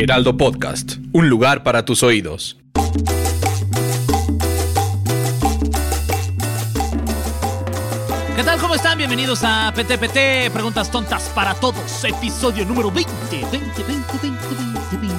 Heraldo Podcast, un lugar para tus oídos. ¿Qué tal? ¿Cómo están? Bienvenidos a PTPT, preguntas tontas para todos, episodio número 20. 20, 20, 20, 20, 20,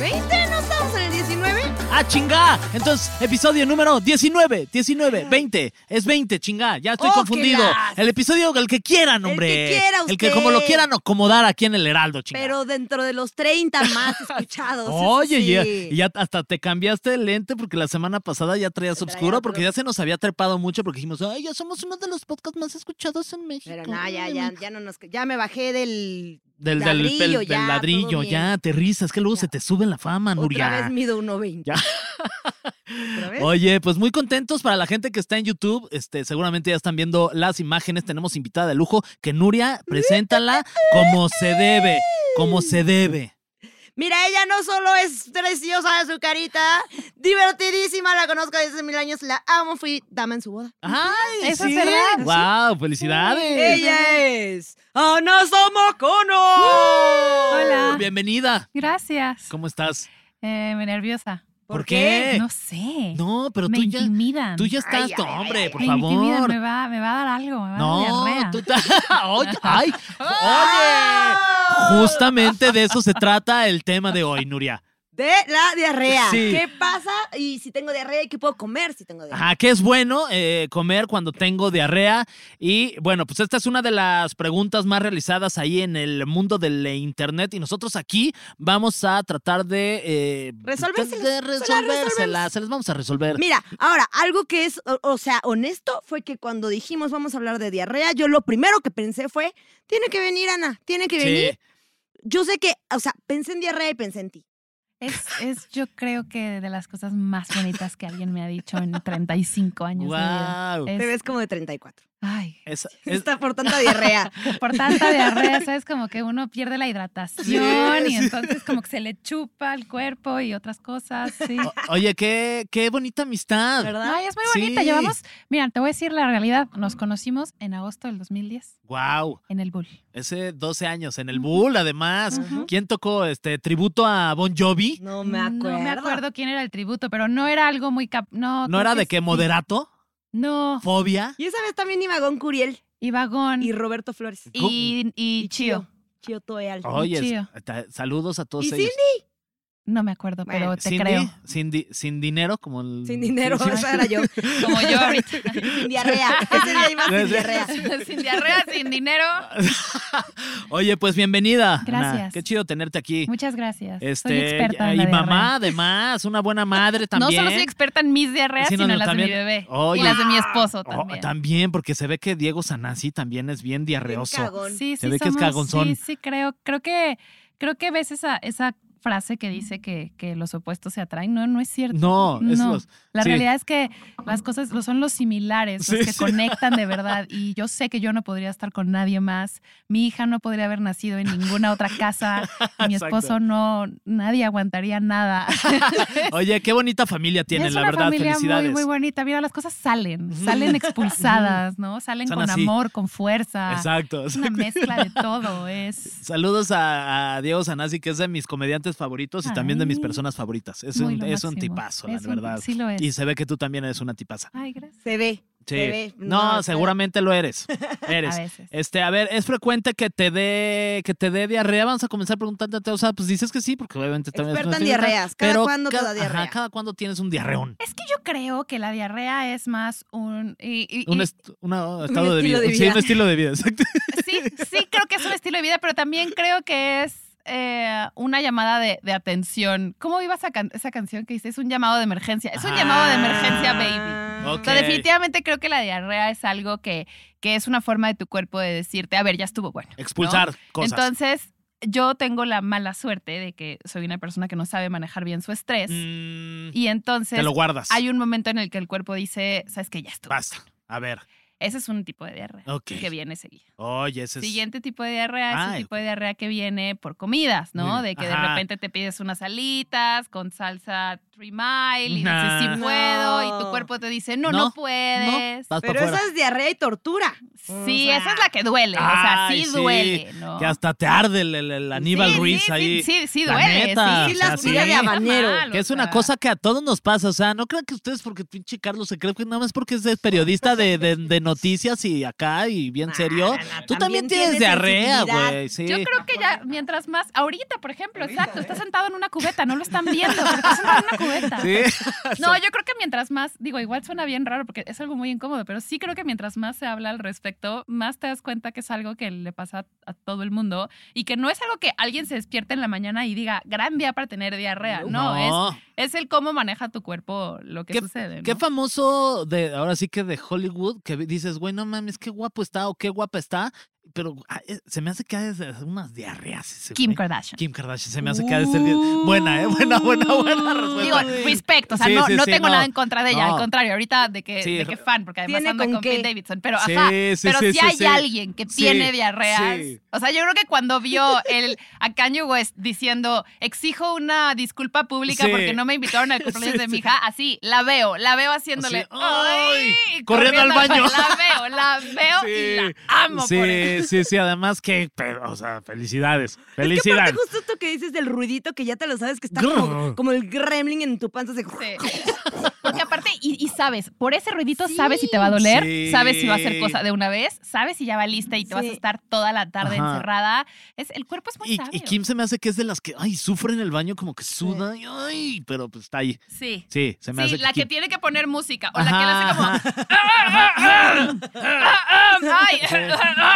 20. ¿20? ¿No estamos en el 19? ¡Ah, chingá! Entonces, episodio número 19, 19, 20. Es 20, chingá. Ya estoy Oh, confundido. que las- El episodio, el que quieran, hombre. que quiera El que usted. como lo quieran acomodar aquí en el Heraldo, chingá. Pero dentro de los 30 más escuchados. eso Oye, sí. ya, y ya hasta te cambiaste el lente porque la semana pasada ya traías obscuro porque ya se nos había trepado mucho porque dijimos, ay, ya somos uno de los podcasts más escuchados en México. Pero no, ya, ya, ya no nos. Ya me bajé del. Del, del- del- ladrillo, del ya, todo ladrillo, bien. ya, aterriza, es que luego se te sube la fama, Nuria. Otra vez mido 1.20. Ya. ¿Otra vez? Oye, pues muy contentos para la gente que está en YouTube. Este, seguramente ya están viendo las imágenes. Tenemos invitada de lujo que Nuria, preséntala como se debe, como se debe. Mira, ella no solo es preciosa de su carita, divertidísima, la conozco desde hace mil años, la amo, fui dama en su boda. Ay, Eso es verdad. Wow, felicidades. Ella es ¡Ah, Ana Samacono. Hola. Bienvenida. Gracias. Oh, ¿Cómo estás? Eh, me nerviosa. ¿Por ¿Por qué? qué? No sé. No, pero me tú ya, intimidan. tú ya estás, Ay, no, ay, ay, hombre, ay, por me intimidan. Me favor. va, me va a dar algo. Me va a dar No, diarrea. tú ta- oye, ay, ¡Ah! oye. Justamente de eso se trata el tema de hoy, Nuria. De la diarrea. Sí. ¿Qué pasa? Y si tengo diarrea, ¿y ¿qué puedo comer si tengo diarrea? Ajá, ¿qué es bueno eh, comer cuando tengo diarrea? Y bueno, pues esta es una de las preguntas más realizadas ahí en el mundo del internet y nosotros aquí vamos a tratar de... eh, Resolvérselas. de Se las resolvérsela, resolvemos. se las vamos a resolver. Mira, ahora, algo que es, o, o sea, honesto, fue que cuando dijimos vamos a hablar de diarrea, yo lo primero que pensé fue, tiene que venir, Ana, tiene que Sí. venir. Yo sé que, o sea, pensé en diarrea y pensé en ti. Es, es, yo creo que de las cosas más bonitas que alguien me ha dicho en 35 años de vida. Guau. Es- Te ves como de 34. ay, Es- es- Está por tanta diarrea. que por tanta diarrea, es como que uno pierde la hidratación Sí, y sí. entonces como que se le chupa el cuerpo y otras cosas. Sí. o- oye, qué, qué bonita amistad. ¿Verdad? Ay, es muy bonita. Oh, Sí. Llevamos, mira, te voy a decir la realidad. Nos conocimos en agosto del 2010 Wow, en el Bull. ese 12 años en el Bull, además. Ujú. ¿Quién tocó este tributo a Bon Jovi? No me acuerdo. No me acuerdo quién era el tributo, pero no era algo muy cap. No, ¿No, creo era de que sí. moderato? No, ¿Fobia? Y esa vez también iba Gon Curiel y Vagón y y, Roberto Flores. ¿Cómo? Mm. y, Chío. Chio Toeal. Oye, chido. saludos a todos ¿Y ellos. No me acuerdo, pero Bueno, te Cindy, creo. Sin, di- sin dinero, como el. Sin dinero, Sí, sí. esa era yo. Como yo ahorita. Sin diarrea. Ese día iba sin diarrea. sin diarrea, sin dinero. Oye, pues bienvenida. Ana. Gracias. Qué chido tenerte aquí. Muchas gracias. soy Este, experta en y la diarrea. mamá, además, una buena madre también. No solo soy experta en mis diarreas, Sí, no, sino no, en las también- de mi bebé. Oye. Y las de Ah. mi esposo Oh, también. porque se ve que Diego Sanasi también es bien diarreoso. Cagón. Sí, Se sí, ve que es somos- cagonzón. Sí, sí, creo, creo que, creo que ves esa, esa frase que dice que, que los opuestos se atraen. No, no es cierto. No, es No. los- La sí. realidad es que las cosas lo- son los similares, Sí, los que sí. conectan de verdad. Y yo sé que yo no podría estar con nadie más. Mi hija no podría haber nacido en ninguna otra casa. y Mi Exacto. esposo no, nadie aguantaría nada. Oye, qué bonita familia tienen, es la una verdad. familia muy, Felicidades. muy bonita. Mira, las cosas salen, salen expulsadas, ¿no? Salen Son con así. amor, con fuerza. Exacto. Es una exacto. mezcla de todo. Es Saludos a, a Diego Sanasi, que es de mis comediantes favoritos y también de mis Ay. personas favoritas. Es, Muy un, lo es un máximo. tipazo, la Es un- verdad. sí lo es. Y se ve que tú también eres una tipaza. Ay, gracias. Se ve. Sí. Se ve. No, No, seguramente lo eres. Eres. A veces. Este, a ver, es frecuente que te dé que te dé diarrea. Vamos a comenzar preguntándote, o sea, pues dices que sí, porque obviamente también Experta en una enfermedad, diarreas. ¿Cada pero cuándo te cada- da diarrea? ajá, cada cuándo tienes un diarreón. Es que yo creo que la diarrea es más un. y- y- Un, y- est- una- estado de estilo vida. de Sí, vida. un estilo de vida, exacto. sí, sí, creo que es un estilo de vida, pero también creo que es eh, una llamada de, de atención. ¿Cómo iba esa, can- esa canción que dice? Es un llamado de emergencia. Es un llamado de emergencia, baby. O sea, Ah. Ok. definitivamente creo que la diarrea es algo que, que es una forma de tu cuerpo de decirte, a ver, ya estuvo bueno. ¿no? Expulsar cosas. Entonces, yo tengo la mala suerte de que soy una persona que no sabe manejar bien su estrés. Mm, Y entonces te lo guardas. hay un momento en el que el cuerpo dice, sabes que ya estuvo. Basta. A ver. Ese es un tipo de diarrea Ok. que viene seguido. Oye, ese es. Siguiente tipo de diarrea es Ah, el tipo de diarrea que viene por comidas, Muy ¿no? bien. De que Ajá. de repente te pides unas alitas con salsa Three Mile y Nah. dices, sí puedo, y tu No. cuerpo te dice, no, No, no, no, puedes. vas Pero para afuera. esa es diarrea y tortura. Sí, O sea, esa es la que duele, o sea, Ah. Ay, sí, sí, duele, ¿no? Que hasta te arde el, el- el Aníbal Sí, Ruiz sí, ahí. Sí, sí, sí La duele. neta, sí, o sí, sea, las sí. pulgas de habanero. Que es una cosa que a todos nos pasa, o sea, no crean que ustedes, porque pinche Carlos se cree que nada más porque es de periodista de, de- Pues de noticias y acá y bien serio. Ah, no, no, Tú también también tienes tiene diarrea, sensibilidad. güey, sí. Yo creo que ya, mientras más, ahorita, por ejemplo, exacto, está sentado en una cubeta, no lo están viendo, pero está sentado en una cubeta. Sí. No, yo creo que mientras más, digo, igual suena bien raro porque es algo muy incómodo, pero sí creo que mientras más se habla al respecto, más te das cuenta que es algo que le pasa a, a todo el mundo y que no es algo que alguien se despierte en la mañana y diga, gran día para tener diarrea. No, es, es el cómo maneja tu cuerpo lo que ¿Qué- sucede. ¿no? Qué famoso de, ahora sí que de Hollywood, que dices, güey, no mames, qué guapo está o qué guapa está, pero ah, eh, se me hace que hay unas diarreas. ese Kim güey. Kardashian. Uh. Kim Kardashian, se me hace que ha de ser bien- Buena, ¿eh? Buena, buena, buena Mm, Digo, respuesta. respecto, o sea, pues. Sí, no, sí, no sí, tengo no. nada en contra de ella, No. al contrario, ahorita de que, Sí, de que fan, porque además tiene anda con, con Pete qué. Davidson, pero Sí, ajá, sí, pero sí, si sí, hay sí. alguien que Sí, tiene diarreas, sí. o sea, yo creo que cuando vio el, a Kanye West diciendo, exijo una disculpa pública Sí. porque no me invitaron al cumpleaños Sí, de sí. mi hija, así, la veo, la veo haciéndole, Así, ¡ay! ¡ay! Corriendo al baño. La veo, la veo y la amo sí, por eso. sí, sí, además que, pero, o sea, felicidades, Es que aparte felicidades. justo esto que dices del ruidito que ya te lo sabes que está Grrr. como, como el gremlin en tu panza. así. Sí. Porque aparte, y, y sabes, por ese ruidito sabes si te va a doler, Sí. sabes si va a ser cosa de una vez, sabes si ya va lista y te vas a Sí. estar toda la tarde Ajá. encerrada. Es, el cuerpo es muy Y, sabio. y Kim se me hace que es de las que, ay, sufre en el baño como que suda, y, ay, pero pues está ahí. Sí. Sí, se me Sí, hace la que Kim- tiene que poner música o Ajá, la que le hace como "Ah, ah, ay, ah, ah,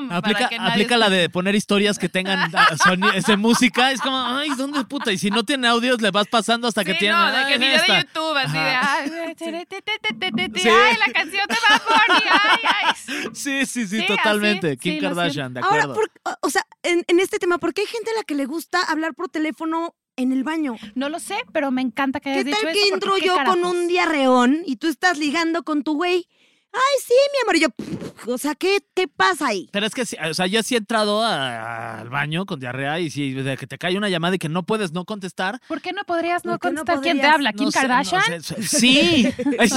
ah", para Aplica, que nadie aplica la de poner historias que tengan ah, soni- ese música. Es como, ay, ¿dónde puta? Y si no tiene audios, le vas pasando hasta Sí, que tiene. no, de ay, que es video esta. de ah. YouTube, así Ajá. de ay, tere, te, te, te, te, te, te, Sí. ay, la canción de Bad Bunny, ay, ay. sí. Sí, sí, sí, Sí, totalmente. así, Kim sí, lo Kardashian, de Ahora, acuerdo. por- o- o sea, en, en este tema, ¿por qué hay gente a la que le gusta hablar por teléfono en el baño? No lo sé, pero me encanta que ¿Qué hayas tal que dicho eso, porque entro qué yo con carajos. un diarreón y tú estás ligando con tu güey? Ay, sí, mi amor. Y yo, "Pff", o sea, ¿qué te pasa ahí? Pero es que, sí, o sea, yo sí he entrado a- al baño con diarrea y si de que te cae una llamada y que no puedes no contestar. ¿Por qué no podrías no ¿Por qué no contestar quién te podrías? habla? ¿Kim no sé, no Kardashian? sé, sí. Ay,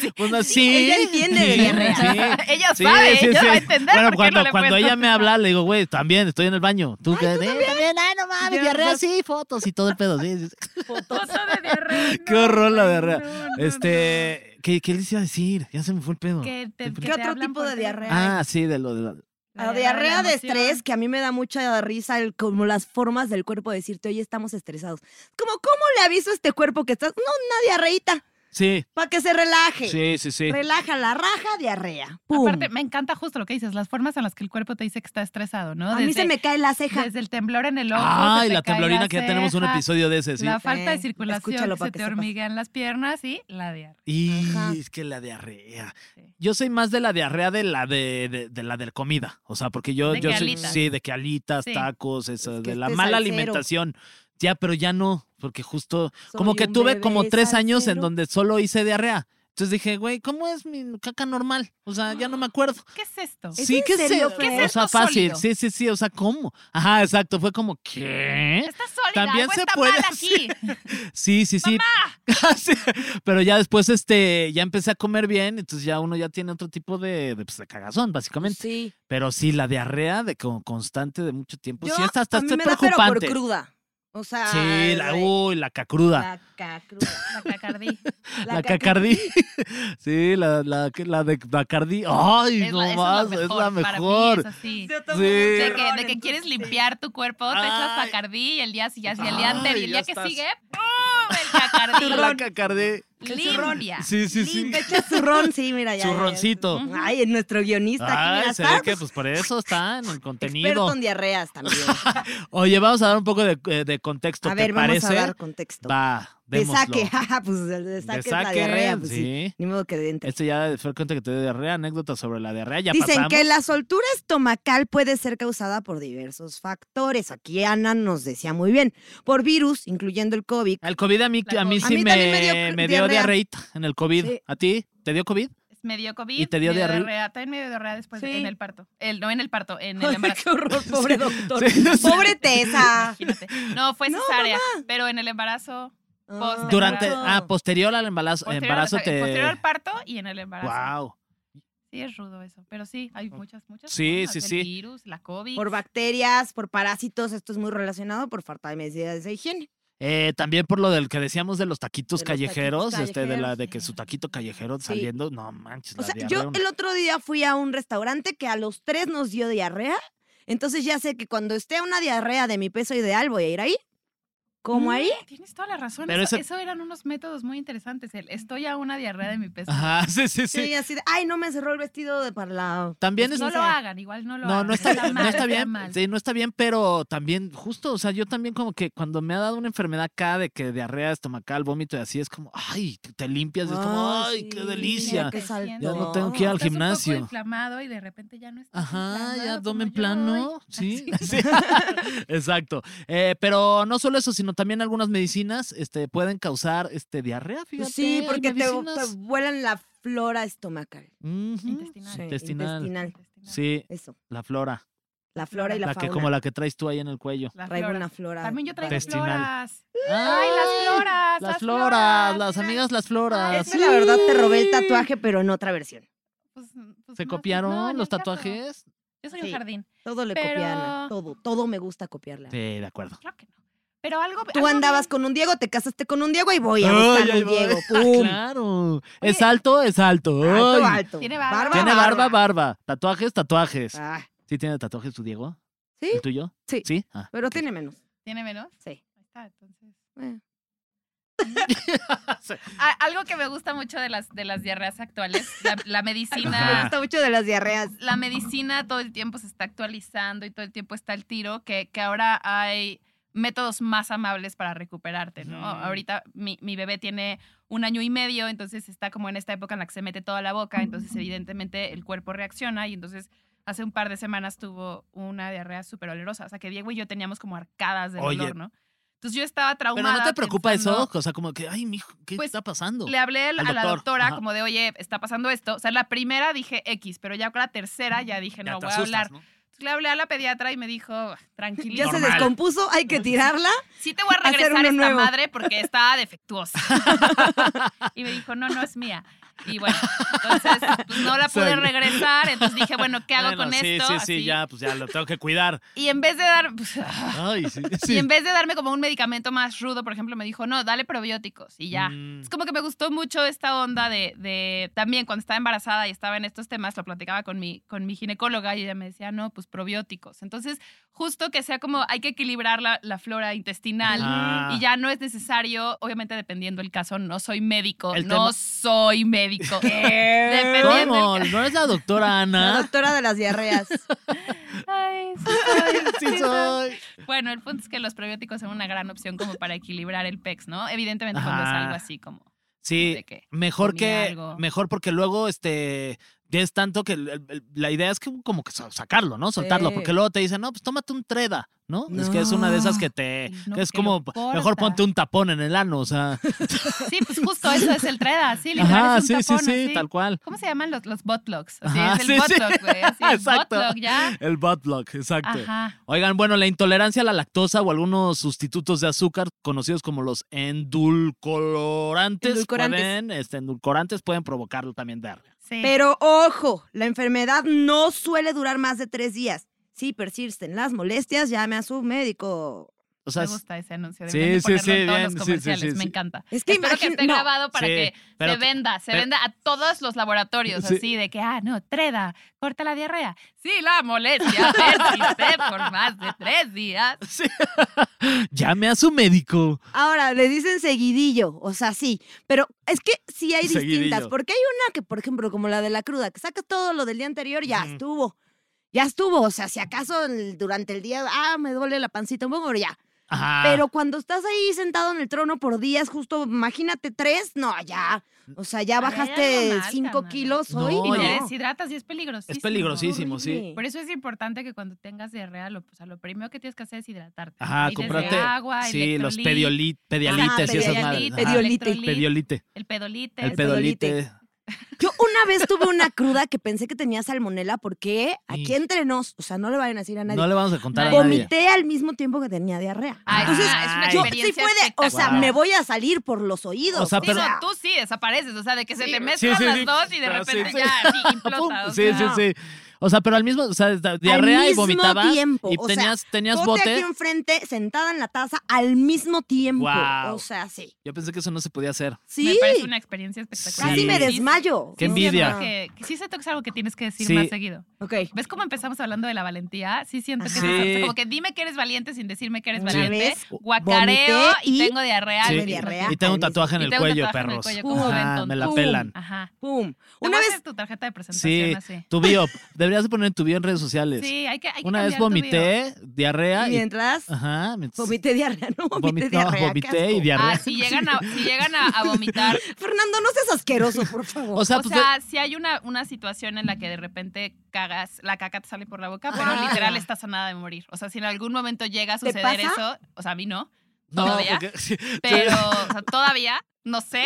sí. Pues no, sí. ella entiende de Sí, diarrea. sí. Ella sabe, ella va a entender Bueno, por qué cuando, no le cuando puedes ella me contestar. habla, le digo, güey, también estoy en el baño. Tú, que- "Eh, también, ay, no mames, diarrea, sí, fotos y todo el pedo. sí, sí. Foto de diarrea, Qué no, horror la no, diarrea. no, no, este, ¿qué, ¿qué les iba a decir? Ya se me fue el pedo. no. Que te- que ¿Qué te otro hablan tipo de por- diarrea? Ah, sí, de lo de la- La Ah, diarrea de emoción. estrés, que a mí me da mucha risa, el- como las formas del cuerpo de decirte, oye, estamos estresados. Como, ¿cómo le aviso a este cuerpo que estás? No, una diarreíta, Sí, para que se relaje. sí, sí, sí. Relaja la raja, diarrea. ¡Pum! Aparte, me encanta justo lo que dices, las formas en las que el cuerpo te dice que está estresado, ¿no? a mí se me cae la ceja. Desde el temblor en el ojo. se Ay, te Ah, la cae temblorina, que ya tenemos un ceja, episodio de ese, sí. Eh, La falta de Sí, circulación, escúchalo que para se que te sepas. hormiguean las piernas y la diarrea. Y Ajá. es que la diarrea. Sí. Yo soy más de la diarrea de la de, de, de la de comida. O sea, porque yo, De yo que soy alitas. sí, de que alitas, Sí. tacos, eso, Es que de la este mala salsero. alimentación. Ya, pero ya no, porque justo, Soy como que un tuve bebé como tres años en salsero. donde solo hice diarrea. Entonces dije, güey, ¿cómo es mi caca normal? O sea, ya no me acuerdo. ¿Qué es esto? ¿Es sí, en que serio, se- Fran? ¿Qué O es sea, esto fácil. sólido? Sí, sí, sí. O sea, ¿cómo? Ajá, exacto. Fue como, ¿qué? ¿Eh? Está sólida, También algo se está puede mal aquí. hacer. Sí, sí, sí. Sí, Pero ya después, este, ya empecé a comer bien, entonces ya uno ya tiene otro tipo de, de, pues, de cagazón, básicamente. Sí. Pero sí, la diarrea de como constante de mucho tiempo, Yo, sí, pues, está, está, a mí está me da, pero por preocupante. cruda. O sea, sí, la, de- uy, la cacruda, la cacruda. La cacardí. la, la caca- cacardí. sí, la, la, la de bacardí. Ay, Es no la- eso más, es la para mí, mejor. es así. Yo tomo Sí. mucho De que, ron, de que quieres entonces, limpiar tu cuerpo, te echas Ay. Bacardí y el día, si- ya- si el día anterior y Ay, el ya día que estás. sigue, ¡pum! El Bacardí. La cacardí. Limpia. Sí, sí, sí. Te echas zurrón, sí, mira ya. Churroncito. Ay, es nuestro guionista aquí, Ay, mira, se ve está que pues por eso está en el experto contenido. en diarreas también. Oye, vamos a dar un poco de, eh, de contexto, A ¿te ver, vamos parece? a dar contexto. Va, de démoslo. saque, jaja, pues el de saque, es la saque, diarrea, pues sí. sí. Ni modo que entre. Este ya fue el cuento que te dio diarrea, anécdota sobre la diarrea, ya Dicen pasamos. que la soltura estomacal puede ser causada por diversos factores. Aquí Ana nos decía muy bien. Por virus, incluyendo el COVID. El COVID a mí, La a mí COVID. sí A mí me, también me dio, me dio cr- diarrea. diarreita en el COVID. Sí. ¿A ti? ¿Te dio COVID? Me dio COVID. ¿Y te dio me diarrea? También me dio diarrea después Sí. en el parto. El, no en el parto, en el Ay, embarazo. qué horror, pobre doctor. Sí, sí. Pobre Tessa. Imagínate. No, fue No, cesárea, pero en el embarazo, Post- Durante, Embarazo. ah, posterior al embarazo, posterior, embarazo o sea, te... posterior al parto y en el embarazo. Wow. Sí, es rudo eso. Pero sí, hay muchas, muchas. Sí, formas. sí, el sí. virus, la COVID. Por bacterias, por parásitos, esto es muy relacionado por falta de medidas de higiene. Eh, también por lo del que decíamos de los taquitos De los callejeros, taquitos este, de la callejeros, de que su taquito callejero Sí. saliendo, no manches, O la sea, diarrea, yo una- el otro día fui a un restaurante que a los tres nos dio diarrea. Entonces ya sé que cuando esté una diarrea de mi peso ideal voy a ir ahí. Como Mm, ahí. Tienes toda la razón. Pero eso, ese- eso eran unos métodos muy interesantes. El estoy a una diarrea de mi peso. Ajá, sí, sí, sí. Sí, pues, así de, ay, no me cerró el vestido de para la... También es Pues No lo hagan, igual no lo No, hagan. no está, bien, mal, no está bien, mal. sí, no está bien, pero también justo, o sea, yo también como que cuando me ha dado una enfermedad acá de que diarrea estomacal, vómito y así, es como, ay, te, te limpias, es como, ay, qué sí, delicia. mira que sal- Ya no tengo que ir al Estás un poco gimnasio. inflamado y de repente ya no estás Ajá, inflamado ya como abdomen yo plano, hoy. sí, sí. exacto. Eh, pero no solo eso, sino también algunas medicinas este, pueden causar este, diarrea, fíjate. Sí, hay porque te, te medicinas. vuelan la flora estomacal. Ujú. Intestinal. Sí, Intestinal. intestinal. Sí, Eso, la flora, la flora y la, la, que fauna. como la que traes tú ahí en el cuello. La Traigo flora. una flora. También yo traigo Intestinal. floras. ¡Ay, las floras! Las floras, las mira. amigas las floras. Es que la verdad te robé el tatuaje, pero en otra versión. Pues, pues ¿Se no, copiaron no, ni los al caso. tatuajes? Yo soy un Sí. jardín. Todo le Pero- copié a Ana, todo, todo me gusta copiarle. a Ana. Sí, de acuerdo. Claro que no. Pero algo. Tú algo andabas bien- con un Diego, te casaste con un Diego y voy a Ay, buscar ahí un voy. Diego. Ah, ¡Pum! claro. Es alto, es alto. Alto, Ay. alto. Tiene barba. Tiene barba, barba. barba. Tatuajes, tatuajes. Ah, ¿Sí tiene tatuajes tu Diego? sí, ¿El tuyo? Sí. ¿Sí? Ah. pero tiene menos. ¿Tiene menos? Sí. Ahí está, entonces. Eh. A- algo que me gusta mucho de las, de las diarreas actuales, la, la Me medicina. Ah. gusta mucho de las diarreas. La medicina todo el tiempo se está actualizando y todo el tiempo está el tiro, que, que ahora hay métodos más amables para recuperarte, ¿no? Ujú. Ahorita mi, mi bebé tiene un año y medio, entonces está como en esta época en la que se mete toda la boca, entonces evidentemente el cuerpo reacciona y entonces hace un par de semanas tuvo una diarrea súper olerosa, o sea que Diego y yo teníamos como arcadas de Oye. olor, ¿no? Entonces yo estaba Pero traumada. no te preocupa pensando- eso, o sea, como que, ay, mijo, ¿qué Pues, está pasando? le hablé al- Al a la doctor, doctora ajá. como de, oye, está pasando esto. O sea, la primera dije X, pero ya con la tercera ya dije, Ya no, te voy a asustas, hablar. ¿no? Entonces, le hablé a la pediatra y me dijo, tranquila. Ya se descompuso, hay que tirarla. Sí te voy a hacer regresar uno esta nuevo". madre porque está defectuosa. y me dijo, no, no es mía. Y bueno, entonces pues, no la pude Soy- regresar. Entonces dije, bueno, ¿qué hago Bueno, con sí, esto? Sí, sí, Así. ya, pues ya lo tengo que cuidar. Y en vez de dar... pues, Ay, sí, sí. Y en vez de darme como un medicamento más rudo, por ejemplo, me dijo, no, dale probióticos y ya. Mm. Es como que me gustó mucho esta onda de, de- también cuando estaba embarazada y estaba en estos temas, lo platicaba con mi, con mi ginecóloga y ella me decía, no, pues probióticos. Entonces, justo que sea como, hay que equilibrar la, la flora intestinal Ah. y ya no es necesario, obviamente dependiendo el caso, no soy médico, El no tema- soy médico. Dependiendo del ¿Cómo? ¿No es la doctora La Ana? doctora de las diarreas. ca- Ay, sí soy, Sí, soy. Bueno, el punto es que los probióticos son una gran opción como para equilibrar el PEX, ¿no? Evidentemente cuando es Ajá. algo así como Sí, de que Mejor comí que, algo. mejor porque luego, este, ya es tanto que el- el- el- la idea es que como que sa- sacarlo, ¿no? Soltarlo, Sí. porque luego te dicen, no, pues tómate un treda, ¿no? Es que es una de esas que te, No, que es que lo como, mejor corta. ponte un tapón en el ano, o sea. Sí, pues justo eso es el treda, sí, literal Ajá, es un sí, sí, tapón sí, así. tal cual. ¿Cómo se llaman los, los botlogs? Así Ajá, es sí, el sí. botlog, güey, así el Exacto. botlog, ya. El butt plug, exacto. Ajá. Oigan, bueno, la intolerancia a la lactosa o algunos sustitutos de azúcar, conocidos como los endulcorantes, Endulcorantes. pueden, este, endulcorantes pueden provocarlo también de Sí. Pero ojo, la enfermedad no suele durar más de tres días. Si persisten las molestias, llame a su médico. O sea, me gusta ese anuncio. sí, Deberían de sí, sí, ponerlo en todos bien, los sí, sí, comerciales. sí, Me sí. encanta. Es que Espero que imagino- esté no. grabado para Sí, que pero se que- venda, se pero- venda a todos los laboratorios, Sí. así de que, ah, no, Treda, corta la diarrea. Sí, la molestia persiste por más de tres días. sí. Llame a su médico. Ahora, le dicen seguidillo, o sea, sí, pero es que sí hay distintas, Seguidillo. porque hay una que, por ejemplo, como la de la cruda, que saca todo lo del día anterior, ya Ujú. estuvo, ya estuvo, o sea, si acaso el- durante el día, ah, me duele la pancita un poco, pero ya. Ajá. Pero cuando estás ahí sentado en el trono por días, justo, imagínate tres, no, ya, o sea, ya Pero hay algo bajaste mal, cinco carnal. kilos No, hoy. Y Oye. te deshidratas y es peligrosísimo. es peligrosísimo, horrible. sí. Por eso es importante que cuando tengas diarrea, lo, o sea, lo primero que tienes que hacer es hidratarte. Ajá, Ahí desde comprate. agua, sí, los electrolit, pedioli- pedialites y esas pedialit- madres. pediolites, Ajá. pediol- electrolit, Pediolite. El pedolite. El pedolite. pedolite. Yo una vez tuve una cruda que pensé que tenía salmonela, porque aquí Sí. entre nos, o sea, no le vayan a decir a nadie. No le vamos a contar a Nadie. nadie. Vomité al mismo tiempo que tenía diarrea. Ay, Entonces, ah, es una yo sí experiencia puede, o sea, espectacular. me voy a salir por los oídos. O sea, Sí, Ah, pero- no, tú sí desapareces, o sea, de que se te mezclan sí, las sí, dos y de pero sí, repente sí. ya así implota. Pum, o sí, sí, sea. sí. O sea, pero al mismo, o sea, da- diarrea mismo y vomitabas tiempo, y o sea, tenías tenías bote bote. aquí enfrente, sentada en la taza al mismo tiempo. Guau. O sea, sí. Yo pensé que eso no se podía hacer. Me Sí. parece una experiencia espectacular. Casi Sí. me desmayo. Qué No, envidia. no, no. Que, que sí siento que es algo que tienes que decir Sí. más seguido. Ok. ¿Ves cómo empezamos hablando de la valentía? Sí siento que es Ajá. eso, o sea, Sí. como que dime que eres valiente sin decirme que eres Una valiente. vez Guacareo vomité y, y- tengo diarrea. al Sí. mismo diarrea. tiempo. Y tengo un al mismo- tatuaje en Y el tengo un cuello, tatuaje en el perros. cuello, como Ajá, ven, Ah, me la tonto. pelan. Ajá. Pum. Te Una voy a vez. hacer tu tarjeta de presentación Sí, así. tu bio. Deberías de poner tu bio en redes sociales. Sí, hay que, hay que Una vez cambiar tu bio. vomité, diarrea y... Mientras. Ajá. mientras- Vomité diarrea. No vomité vomit- no, diarrea. qué vomité y asco. diarrea. Ah, si llegan a, si llegan a- a vomitar Fernando, no seas asqueroso, por favor. O sea, O pues, eh, sea, si hay una, una situación en la que de repente cagas, la caca te sale por la boca, pero Ah. literal estás a nada de morir. O sea, si en algún momento llega a ¿Te suceder pasa? eso, o sea, a mí no, no, todavía. porque- sí, sí. pero o sea, todavía no sé.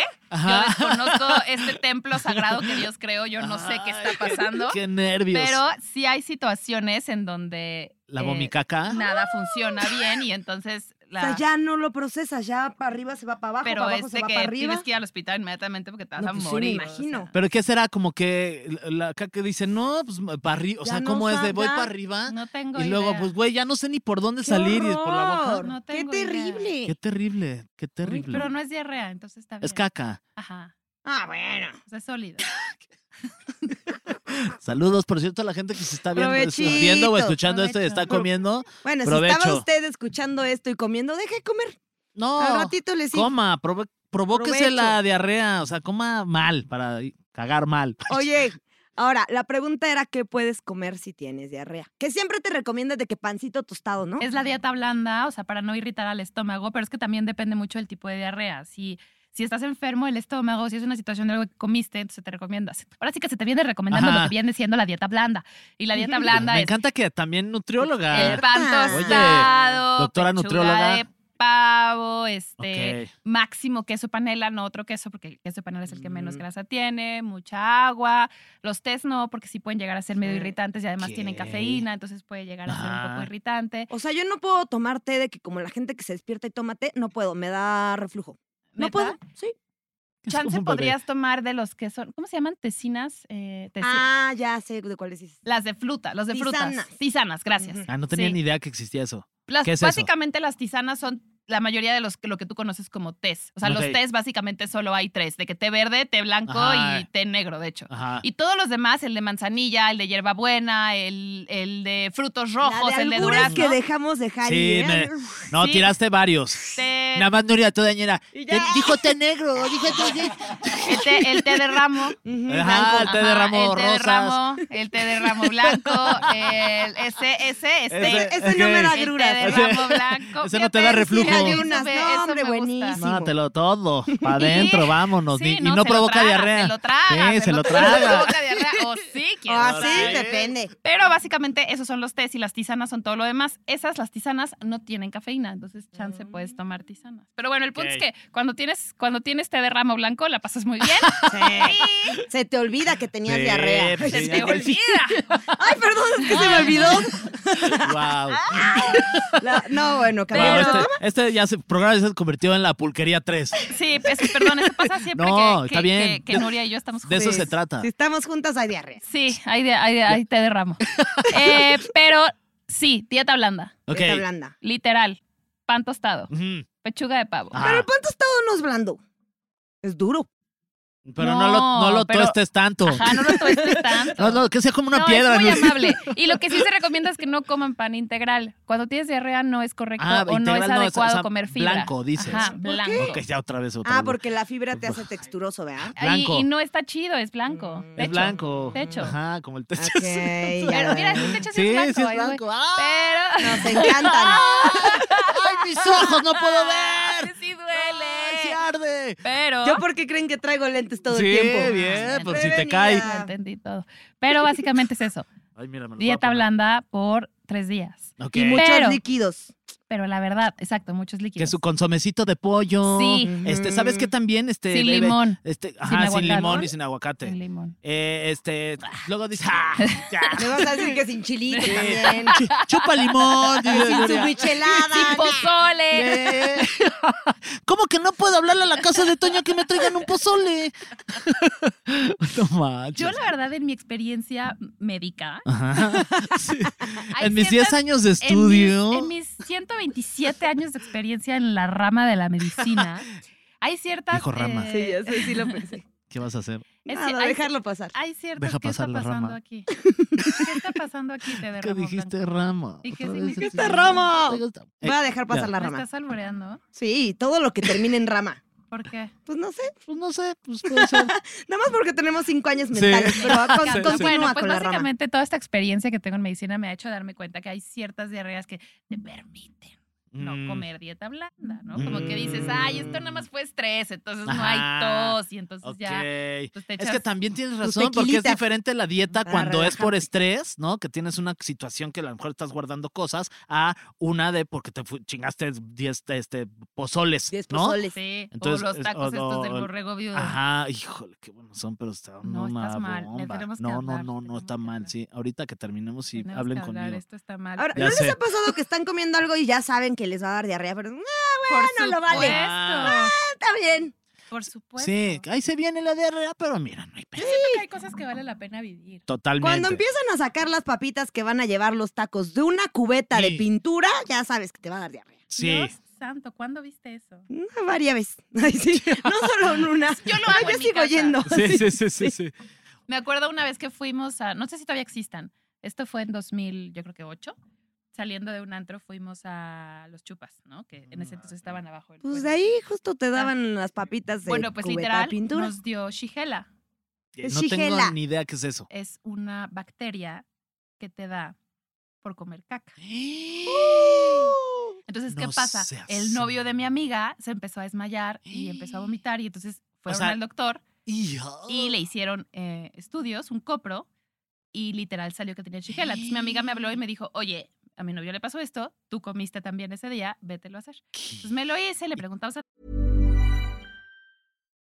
Ajá. Ah. Yo desconozco este templo sagrado que Dios creó, yo no sé qué está Ay, pasando. Qué nervios. Pero sí hay situaciones en donde la eh, vomicaca. nada funciona bien y entonces O la sea, ya no lo procesas, ya para arriba se va para abajo, pero para abajo es se de va que para arriba. tienes que ir al hospital inmediatamente porque te vas No, a pues sí, me morir. o imagino. sea. Pero qué será como que la caca dice, no, pues para arriba. O Ya sea, no ¿cómo es de voy saca. para arriba? no tengo y luego, idea. pues, güey, ya no sé ni por dónde ¡Qué salir y por la boca. horror! No ¡Qué tengo idea. terrible! Qué terrible, qué Uy, terrible. Pero no es diarrea, entonces está bien. Es caca. Ajá. Ah, bueno. O sea, es sólido. Saludos, por cierto, a la gente que se está viendo, Provechito, viendo o escuchando esto y está provecho. comiendo. Bueno, si Provecho. estaba usted escuchando esto y comiendo, deje de comer. Al Oh, No, ratito le sigo. coma, provo- provóquese Provecho. la diarrea. O sea, coma mal para cagar mal. Oye, ahora, la pregunta era qué puedes comer si tienes diarrea. Que siempre te recomiendas de que pancito tostado, ¿no? Es la dieta blanda, o sea, para no irritar al estómago, pero es que también depende mucho del tipo de diarrea. Si, si estás enfermo el estómago, si es una situación de algo que comiste, entonces te recomiendas. Ahora sí que se te viene recomendando Ajá. lo que viene siendo la dieta blanda. Y la dieta blanda Me es encanta que también nutrióloga. el pan Oye, tostado, doctora pechuga nutrióloga. de pavo, este, Ok. máximo queso panela, no otro queso, porque el queso panela es el que menos Mm. grasa tiene, mucha agua. Los tés no, porque sí pueden llegar a ser medio Sí. irritantes y además tienen Ok. cafeína, entonces puede llegar a ser un poco Ajá. irritante. O sea, yo no puedo tomar té de que como la gente que se despierta y toma té, no puedo, me da reflujo. No ¿Neta? Eh, puedo, sí. Es como Chance un bebé. podrías tomar de los que son, ¿cómo se llaman? Tecinas. eh, teci- Ah, ya sé de cuáles dices. Las de fruta, los de Tisanas. frutas. Tisanas, gracias. Ujú. Ah, no tenía Sí. ni idea que existía eso. Las- ¿Qué es eso? básicamente las tisanas son la mayoría de los que- lo que tú conoces como tés. O sea, los Ok. tés básicamente solo hay tres, de que té verde, té blanco Ajá. y té negro, de hecho. Ajá. Y todos los demás, el de manzanilla, el de hierbabuena, el, el de frutos rojos, la de el de albures durazno. que dejamos de Jari, Sí, ¿eh? me- no, Sí. tiraste varios. Té- Nada más Nuria toda ñera. Y ya. Te- Dijo té negro, dijo té negro. el, té, el té de ramo. Ujú. Ajá, el té de Ajá, ramo el té de rosas. ramo, el té de ramo blanco, el ese, ese, Ese- este, Ese no me da El té agruras. de O sea, ramo blanco. ese no te da sí, reflujo. hay Eso unas, me- no, eso hombre, me gusta. buenísimo. Mátelo todo, para adentro, vámonos. Sí, ni- y no se lo provoca traga, diarrea. Se lo traga. Sí, se lo No traga. provoca diarrea. O sí, O quién así, sabe. Ah, depende. Pero básicamente esos son los tés y las tisanas son todo lo demás. Esas, las tisanas, no tienen cafeína, entonces chance puedes tomar tisanas. Pero bueno, el punto Ok. es que cuando tienes, cuando tienes té de ramo blanco, la pasas muy bien. Sí. Se te olvida que tenías Sí, diarrea. pues Se sí, te ya, pues sí. olvida. Ay, perdón, es que se Ah. me olvidó. Wow. La- no, bueno, Pero- cabrón. este, este ya se, programa ya se convirtió en la pulquería 3. Sí, es- perdón, eso pasa siempre No, que, que- está bien. que- que De- Nuria y yo estamos De eso juntas. se trata. Si estamos juntas hay diarrea. Sí, ahí, de- ahí, de- ahí te derramo. Eh, pero sí, dieta blanda, Ok. Dieta blanda. literal. pan tostado, Ujú. pechuga de pavo. Ah, Pero el pan tostado no es blando. Es duro. pero no, lo, no lo No, pero- tuestes tanto. Ajá, no lo tuestes tanto. No, no, que sea como una No, piedra. Es muy ¿no? amable. Y lo que sí se recomienda es que no coman pan integral. Cuando tienes diarrea no es correcto Ah, o no es integral no, o sea, adecuado o sea, comer fibra. blanco, dices. Ajá, ¿Por blanco. Ok, ya otra vez. Otra Ah, vez. porque la fibra te hace texturoso, ¿verdad? Y- Blanco. Y, no está chido, es blanco. Es techo. blanco. Techo. Ajá, como el techo. Ok, Pero Mm, ya. mira, sí, techo sí, Sí, es blanco. sí es ay, güey. blanco. Ah. Pero... Nos encantan. ¡Ay, mis ojos! ¡No puedo ver! ¡Ay, Sí sí duele. arde! Pero... ¿Yo por qué creen que traigo lentes todo Sí, el tiempo? bien, pues si te Prevenida. cae. Ya entendí todo. Pero básicamente es eso. Ay, mira, me los voy a Dieta poner. blanda por tres días. Ok. Y muchos Pero- líquidos. Pero la verdad, exacto, muchos Que líquidos. su consomecito de pollo. Sí. Mm. Este, ¿sabes qué también? Este, Sin bebe- limón. Este, ajá, sin, aguacate. limón y sin aguacate. Sin limón. Eh, este, luego dice, ¡ah! ya. Me vas a decir que sin chilito también. Chu- Chupa limón. dice Sin su Nuria. bichelada. Sin pozole. Eh, ¿Cómo que no puedo hablarle a la casa de Toño que me traigan un pozole? no manches. Yo, la verdad, en mi experiencia médica, Ajá. Sí. Ay, En mis siento- 10 años de en mis, estudio. en mis 127 años de experiencia en la rama de la medicina, hay ciertas. Dijo rama. eh, Sí, ya sé, sí lo pensé. ¿Qué vas a hacer? es- Nada, hay- dejarlo pasar. Hay ciertas. Deja ¿Qué pasar está la pasando rama. aquí? ¿Qué está pasando aquí? Te ¿Qué derramo, dijiste, Blanco? rama? ¿Y qué Otra vez significa? el ¡Dijiste rama! significado. Eh, Voy a dejar pasar ya. la ¿Me rama. estás alboreando? Sí, todo lo que termine en rama. ¿Por qué? Pues no sé, Pues no sé, pues puede ser. nada más porque tenemos cinco años Sí. mentales, pero con- Ya, continúa bueno, pues con la rama. básicamente toda esta experiencia que tengo en medicina me ha hecho darme cuenta que hay ciertas diarreas que te permiten no Mm. comer dieta blanda, ¿no? Como que dices, Mm. ay, esto nada más fue estrés, entonces Ajá. no hay tos y entonces Ok. ya. pues, te es que echas también tienes tu razón, porque es tequilita. diferente la dieta Para cuando es por estrés, ¿no? Que tienes una situación que a lo mejor estás guardando cosas, a una de porque te fu- chingaste 10 este, pozoles, Diez ¿no? pozoles. Sí, Entonces, o los es- tacos o- estos del o- borrego viudo. Ajá, híjole, qué buenos son, pero está No, una estás mal, le bomba. tenemos que no, hablar, no, no, no, tenemos está que mal, hablar. sí. Ahorita que terminemos sí, Tenemos hablen que hablar, conmigo. Esto está mal. Ahora, Ya ¿no sé. les ha pasado que están comiendo algo y ya saben que les va a dar diarrea? Pero "Ah, por bueno, lo vale. supuesto, Ah. está bien. Por supuesto. Sí, ahí se viene la diarrea, pero mira, no hay pedo. Siento que hay cosas que vale la pena vivir. Totalmente. Cuando empiezan a sacar las papitas que van a llevar los tacos de una cubeta Sí. de pintura, ya sabes que te va a dar diarrea. Sí. Dios santo, ¿cuándo viste eso? Una varias veces. Ay, sí, No solo en una. Yo lo Ay, yo hago en mi sigo casa. Pues, yendo. Sí, sí, sí, sí, sí. Me acuerdo una vez que fuimos a, no sé si todavía existan, esto fue en 2000, yo creo que 8, saliendo de un antro fuimos a Los Chupas, ¿no? Que en Mm, ese entonces estaban abajo. del Pues puente. de ahí justo te daban las papitas de Bueno, pues cubeta literal de pintura. nos dio shigella. Es No tengo shigella. ni idea qué es eso. Es una bacteria que te da por comer caca. ¡Uh! Entonces, ¿qué No pasa? seas- El novio de mi amiga se empezó a desmayar y empezó a vomitar y entonces fueron sea, oh. al doctor Hija. y le hicieron eh, estudios, un copro, y literal salió que tenía shigella. Entonces mi amiga me habló y me dijo, oye, a mi novio le pasó esto, tú comiste también ese día, vételo a hacer. Entonces me lo hice, le preguntamos a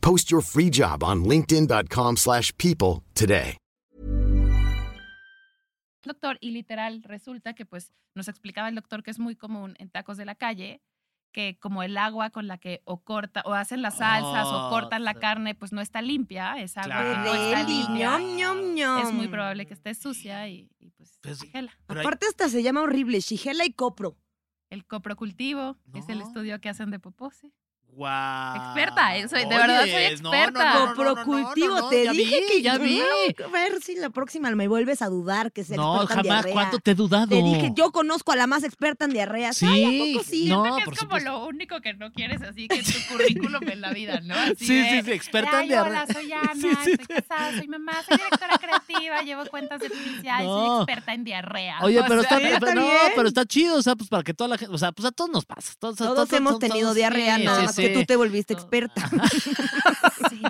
Post your free job on linkedin.com/people slash people today. un doctor y literal resulta que pues nos explicaba el doctor que es muy común en tacos de la calle que como el agua con la que o corta o hacen las salsas o Oh, cortan la sí. carne pues no está limpia, es agua que no Claro. está Deli, limpia. ñom, ñom, ñom. Es muy probable Mm. que esté sucia y, y, pues, Pues, shigella. Pero hay- Aparte hasta se llama horrible, shigela y copro. El coprocultivo es el No. estudio que hacen de popó, sí. Guau. Experta, eh, soy- de verdad soy Oyes, no, no, experta. Ah, no, no, no, no, Coprocultivo, no, no, te ya dije vi, que ya vi. A ver si la próxima me vuelves a dudar que se No, jamás. ¿Cuánto te he dudado? Te dije, yo conozco a la más experta en diarrea. Sí, Ay, ¿a poco sí? no, Siento que por es como supuesto. lo único que no quieres así que en tu currículum en la vida, ¿no? Así Sí, de, sí, sí, experta en "Ay, hola, diarrea". soy Ana, Sí, sí, soy casada, soy mamá, soy directora creativa, llevo cuentas de publicidad y No. soy experta en diarrea. Oye, O pero sea, está, pero- no, pero está chido, o sea, pues para que toda la gente, o sea, pues a todos nos pasa. Todos, Todos, todos- hemos todos- tenido todos- diarrea, sí, nada sí, más sí. que tú te volviste experta. Sí,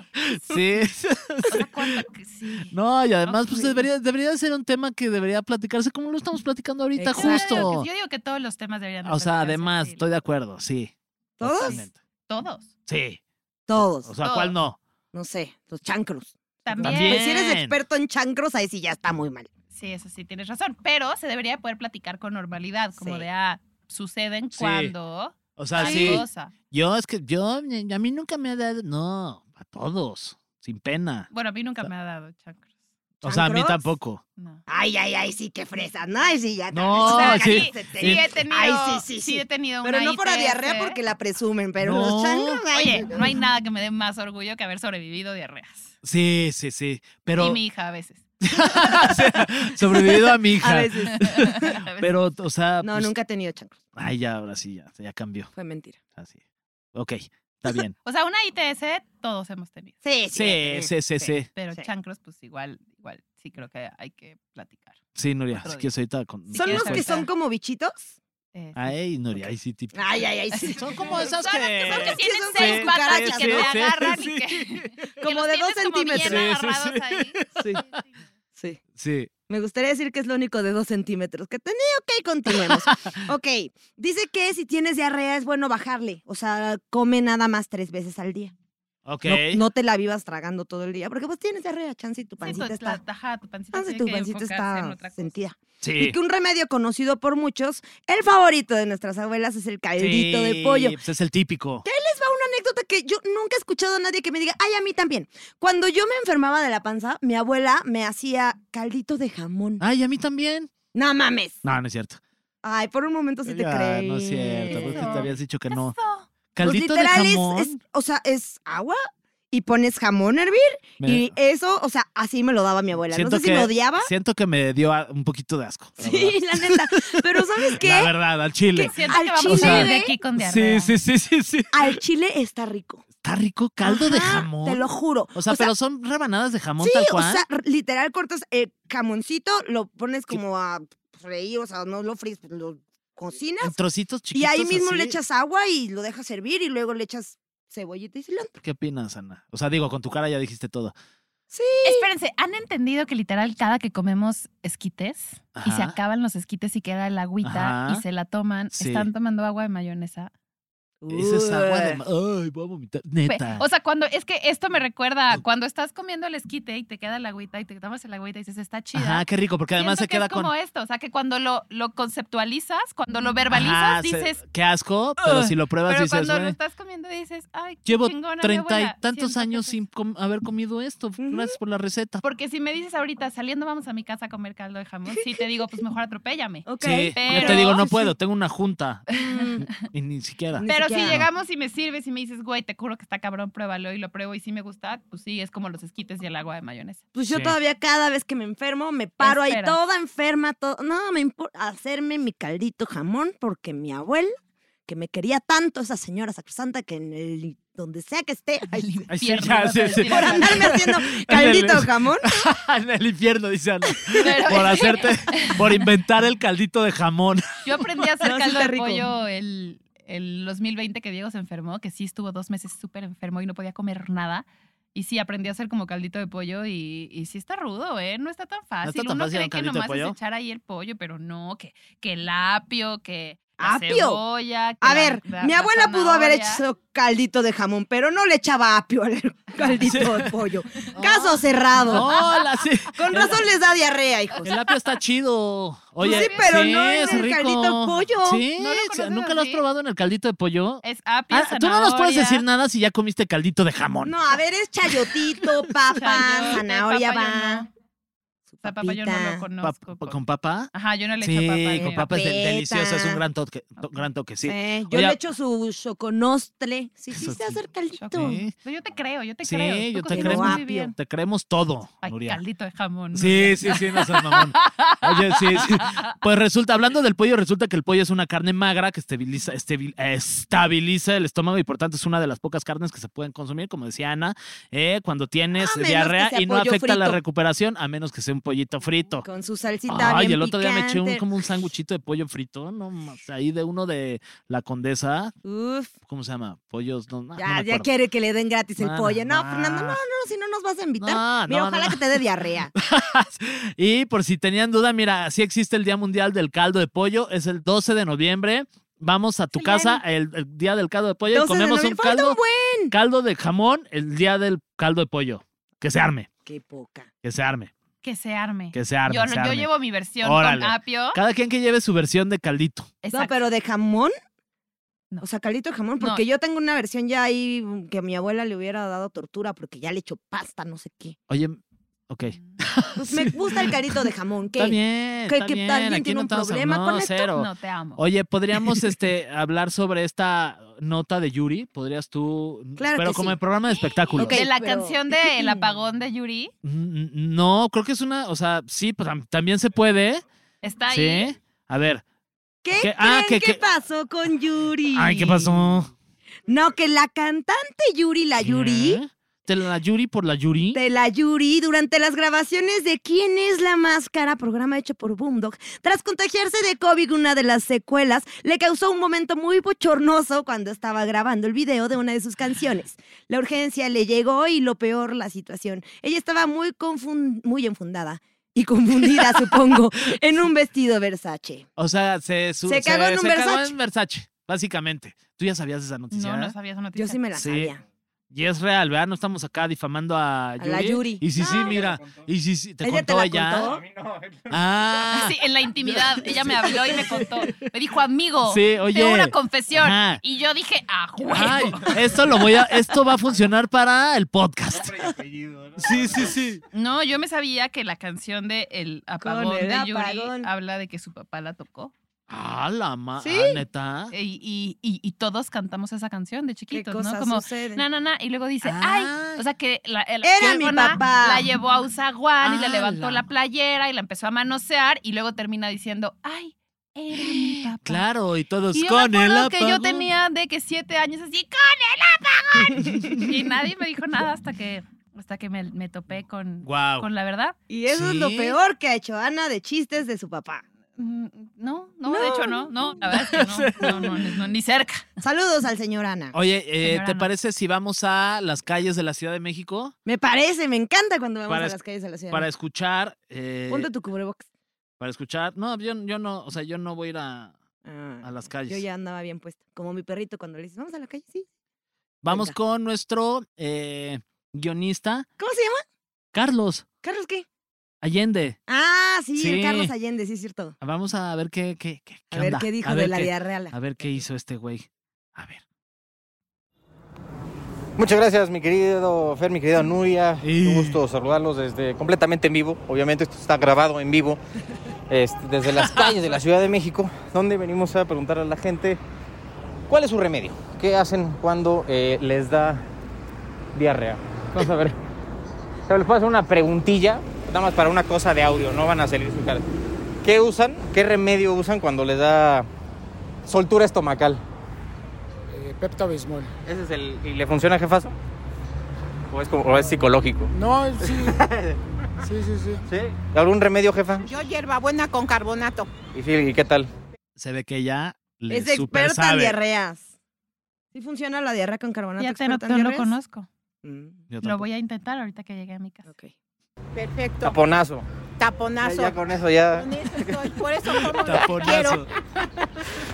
Pues Sí. o sea, cuando- que sí. No, y además, No, pues sí. debería, debería ser un tema que debería platicarse como lo estamos platicando ahorita, Yo digo que- justo. Yo digo que todos los temas deberían de O sea, platicarse además, así. estoy de acuerdo, sí. Pues ¿Todos? Totalmente. Todos. Sí. Todos. O sea, ¿cuál no? No sé, los chancros. También. También. Pues Si eres Bien. experto en chancros, ahí sí ya está muy mal. Sí, eso sí, tienes razón. Pero se debería poder platicar con normalidad, como Sí. de, ah, suceden Sí. cuando O sea, tal sí. cosa. Yo es que yo, ni- a mí nunca me ha dado, no, a todos, sin pena. Bueno, a mí nunca me ha dado chancros. O sea, a mí ¿Chancros? tampoco. No. Ay, ay, ay, sí, qué fresa. No, ay, sí, ya. No, O sea, sí, sí, sí he tenido, Ay, sí, sí, sí. he tenido Pero una ¿eh? no fuera ITS. diarrea porque la presumen, pero No. los chancros. ay, Oye, no hay nada que me dé más orgullo que haber sobrevivido diarreas. Sí, sí, sí. Pero Y mi hija a veces. sobrevivido a mi hija. A veces. Pero, o sea, No, pues, nunca he tenido chancros. Ay, ya, ahora sí, ya, ya cambió. Fue mentira. Así. Ok, está bien. O sea, una ITS todos hemos tenido. Sí, sí, sí, sí, sí. Pero Sí. chancros, pues igual, igual, sí creo que hay que platicar. Sí, Nuria, Otro si día. quieres ahorita con... pues, Si ¿Son quieres los que son ahorita. como bichitos? Eh, sí. Ay, Nuria, ahí sí, tipo. Ay, ay, ay, sí. Ah, Son como esas Son los que, son que que... tienen son seis como patas y cucarachas, que te ¿no? agarran Sí, y que... que Como los de dos tienes como bien centímetros. Sí, sí, sí. agarrados ahí. Sí. Sí. Me gustaría decir que es lo único de dos centímetros que tenía. Ok, continuemos. ok. Dice que si tienes diarrea es bueno bajarle. O sea, come nada más tres veces al día. Ok. No- No, te la vivas tragando todo el día. Porque pues tienes diarrea, chance y tu Sí, pancita tu- está. la- pues, ajá, tu Ah, pancita chance y tiene tu que pancita enfocarse en está otra cosa. sentida. Sí. Y que un remedio conocido por muchos, el favorito de nuestras abuelas es el caldito de pollo. Pues es el típico. les va una anécdota que yo nunca he escuchado a nadie que me diga, ay, a mí también. Cuando yo me enfermaba de la panza, mi abuela me hacía caldito de jamón. Ay, a mí también. No mames. No, no es cierto. Ay, por un momento sí te Ya, creí. No es cierto, porque Eso. te habías dicho que no. Eso. Pues, Caldito de literal, es- jamón. es- o sea, es agua y pones jamón a hervir me- y eso, o sea, así me lo daba mi abuela. no sé si me odiaba. Siento que me dio a- un poquito de asco. la Sí, la neta. Pero ¿sabes verdad. La qué? verdad, al chile. Siento Al que vamos chile, a salir de ¿eh? aquí con diarrea. Sí, sí, sí, sí, sí. Al chile está rico. Está rico caldo de Ajá, jamón. Te lo juro. O sea, pero son rebanadas de jamón Sí, tal o cual. sea, r- literal cortas el jamoncito, lo pones como a pues, freír, o sea, no lo fríes, pues, lo en cocinas trocitos y chiquitos. ahí mismo le así. echas agua y lo dejas hervir y luego le echas cebollita y cilantro. ¿Qué opinas, Ana? O sea, digo, con tu cara ya dijiste todo. Espérense, ¿han entendido que literal cada que comemos esquites y se Ajá. acaban los esquites y queda el agüita Ajá. y se la toman? Sí. Están tomando agua de mayonesa. Esa es agua de. Ué. ma- Ay, voy a vomitar. Pe- Neta. O sea, cuando es que esto me recuerda a cuando estás comiendo el esquite y te queda el agüita y te tomas el agüita y dices, está chida. Ajá, qué rico, porque además Siento se queda que es como con. esto, o sea, que cuando lo, lo conceptualizas, cuando lo verbalizas, Ajá, se- dices, Qué asco, pero si lo pruebas pero dices, cuando lo "Güey, estás comiendo dices, ay, qué Llevo chingona mi treinta y abuela". tantos Siento que años es sin com- haber comido esto. Gracias por la receta. Porque si me dices ahorita, saliendo vamos a mi casa a comer caldo de jamón, sí te digo, pues mejor atropéllame. Ok. Sí, yo te pero- digo, no Sí, puedo, tengo una junta. Mm, Y ni siquiera. Ni Pero si siquiera. llegamos y me sirves y me dices, güey, te juro que está cabrón, pruébalo y lo pruebo y si me gusta, pues sí, es como los esquites y el agua de mayonesa. Pues yo Sí. todavía cada vez que me enfermo me paro ahí Espera. toda enferma, todo, no me importa hacerme mi caldito jamón porque mi abuela que me quería tanto esa señora sacrosanta que en el donde sea que esté ay, sí, Ay, sí, infierno, ya, vas a sí, decir sí. por andarme haciendo caldito jamón en el infierno, dice Ana. Pero- por hacerte, por inventar el caldito de jamón. Yo aprendí a hacer No, sí caldo está de rico. pollo el, el 2020 que Diego se enfermó, que sí estuvo dos meses súper enfermo y no podía comer nada. Y sí, aprendí a hacer como caldito de pollo y, y sí está rudo, ¿eh? No está tan fácil. está tan Uno fácil cree un que caldito de nomás es pollo. echar ahí el pollo, pero no, que, que el apio, que la ¿Apio? cebolla. que A la- ver, la- mi la abuela pudo haber zanahoria. hecho caldito de jamón, pero no le echaba apio al caldito de pollo. Oh. Caso cerrado. Hola, sí. Con razón les da diarrea, hijos. El apio está chido. Oye, Pues sí, pero no en es el rico. caldito de pollo. Sí, ¿No lo o sea, conoces ¿nunca lo has así? probado en el caldito de pollo? Es apio, Ah, tú no nos puedes zanahoria, decir nada si ya comiste caldito de jamón. No, a ver, es chayotito, papa, chayote, Ah, zanahoria, va. papayona. sea, papa yo no lo Papita. conozco. pues. Pap- ¿Con papa? Ajá, yo no le echo Sí, papa. con pero- papa es de- Papeta. delicioso, es un gran toque, to- gran toque sí. Eh, yo Oye, le echo su choconostle. Sí, sí, se hace el caldito. Sí. Pero Yo te creo, yo te Sí, creo. Tú yo te cocinas creo. muy bien. Te creemos todo, Ay, Nuria. caldito de jamón. Sí, sí, sí, no seas mamón. Oye, sí, sí. Pues resulta, hablando del pollo, resulta que el pollo es una carne magra que estabiliza, estabil- estabiliza el estómago y por tanto es una de las pocas carnes que se pueden consumir, como decía Ana, eh, cuando tienes A menos diarrea que sea y no pollo afecta la frito. recuperación, a menos que sea un pollito frito. Con su salsita. Ay, bien el otro día me eché un, picante. como un sanguchito de pollo frito, no más, ahí de uno de la condesa, Uf, ¿cómo se llama? Pollos, Ah, no, no, no ya, me ya acuerdo. quiere que le den gratis el No, pollo. No, no, Fernando, no, no. no, si no nos vas a invitar. No, Mira, no, ojalá no. que te dé diarrea. y por si tenían duda, mira, sí existe el Día Mundial del Caldo de Pollo, es el 12 de noviembre. Vamos a tu El día de- casa el, el día del caldo de pollo y Entonces, comemos no, un falta caldo, un buen. caldo de jamón el día del caldo de pollo. Que se arme, Qué poca. que se arme, Que se arme. que se arme. yo, se yo arme. llevo mi versión Órale. con apio. Cada quien que lleve su versión de caldito. No, Exacto. pero de jamón. No. O sea, caldito de jamón, No. porque yo tengo una versión ya ahí mm, que a mi abuela le hubiera dado tortura porque ya le echó pasta, no sé qué. Oye, ok. Pues me gusta el caldito de jamón, ¿qué? Está bien. ¿Qué- está qué bien. tal? ¿Alguien Aquí tiene no un estamos- problema no, con esto? cero. No, te amo. Oye, podríamos este hablar sobre esta nota de Yuri, podrías tú, Claro pero que como sí. el programa de espectáculos. Ok, de la pero- canción de El apagón de Yuri. Mm, No, creo que es una, o sea, sí, pues, tam- también se puede. Está ahí. Sí. A ver. ¿Qué, ¿Qué? Ah, creen que- que que- pasó con Yuri? Ay, ¿qué pasó? No, que la cantante Yuri, la Yuri, ¿Qué? ¿Eh? ¿Te la Yuri por la Yuri? de la Yuri, durante las grabaciones de ¿Quién es la máscara? Programa hecho por Boomdog, tras contagiarse de COVID, una de las secuelas, le causó un momento muy bochornoso cuando estaba grabando el video de una de sus canciones. La urgencia le llegó y lo peor, la situación. Ella estaba muy, confun- muy enfundada. Y confundida, supongo, en un vestido Versace. O sea, se, su- Se cagó en un se Versace. en Versace, básicamente. Tú ya sabías esa noticia. No, no ¿eh? sabía esa noticia. Yo sí me la Sí. sabía. Y es real, ¿verdad? No estamos acá difamando a Yuri. la Yuri. Y sí, sí, No, mira. Y sí, sí, te ¿Ella te contó la allá. contó? Ah. Sí, en la intimidad. Ella me habló y me contó. Me dijo, amigo, Sí, tengo oye. una confesión. Ajá. Y yo dije, ah, huevo". Ay, esto lo voy a, esto va a funcionar para el podcast. Sí, sí, sí. No, yo me sabía que la canción de El apagón el de Yuri apagón. habla de que su papá la tocó. Ah, la ma, Sí. ah, neta. Eh, Y, y- y todos cantamos esa canción de chiquitos, ¿no? cosas Como, suceden? na, na, na. Y luego dice, Ah. ay. O sea, que la, el- Era que mi Ana papá. la llevó a Usaguán y le Ah, levantó la- la playera y la empezó a manosear. Y luego termina diciendo, ay, era mi papá. Claro, y todos Y yo con me el acuerdo que yo apagón. tenía de que siete años así, ¡con el apagón! y nadie me dijo nada hasta que, hasta que me, me topé con, Guau. con la verdad. Y eso es lo Sí. peor que ha hecho Ana de chistes de su papá. Mm, No, no, de hecho no, no, la verdad es que no, no, no, no, ni cerca. Saludos al señor Ana. Oye, eh, Señora, ¿te no. parece si vamos a las calles de la Ciudad de México Me parece, me encanta cuando vamos Para a es- las calles de la ciudad. para escuchar? eh, Ponte tu cubrebocas. Para escuchar. No, yo, yo no, o sea, yo no voy a ir a, Ah, a las calles. Yo ya andaba bien puesta, como mi perrito cuando le dices, vamos a la calle, sí. Vamos venga. con nuestro eh, guionista, ¿Cómo se llama? Carlos ¿Carlos qué? Allende. Ah, sí, el Sí. Carlos Allende, sí es cierto. Vamos a ver qué, qué, qué, qué A ver onda. qué dijo A de ver la qué- diarrea. A ver qué hizo este güey. A ver. Muchas gracias, mi querido Fer, mi querida Nuria. Y- Un gusto saludarlos desde completamente en vivo. Obviamente, esto está grabado en vivo este, desde las calles de la Ciudad de México, donde venimos a preguntar a la gente cuál es su remedio, qué hacen cuando eh, les da diarrea. Vamos a ver. O sea, les puedo hacer una preguntilla, nada más para una cosa de audio, no van a salir sus caras. ¿Qué usan? ¿Qué remedio usan cuando les da soltura estomacal? Pepto Bismol. ¿Ese es el. ¿Y le funciona, jefazo? ¿O es, como- o es psicológico? No, sí. Sí, sí, sí. ¿Sí? ¿Algún remedio, jefa? Yo hierbabuena con carbonato. ¿Y, sí, ¿y qué tal? Se ve que ya le Es experta super en sabe. diarreas. ¿Sí funciona la diarrea con carbonato? Ya te no, experta no en lo diarreas? conozco. Mm, Yo Lo tampoco. voy a intentar ahorita que llegue a mi casa. ok. Perfecto. Taponazo. Ya, Taponazo. ya con eso ya. Con eso estoy. Por eso como lo que Taponazo.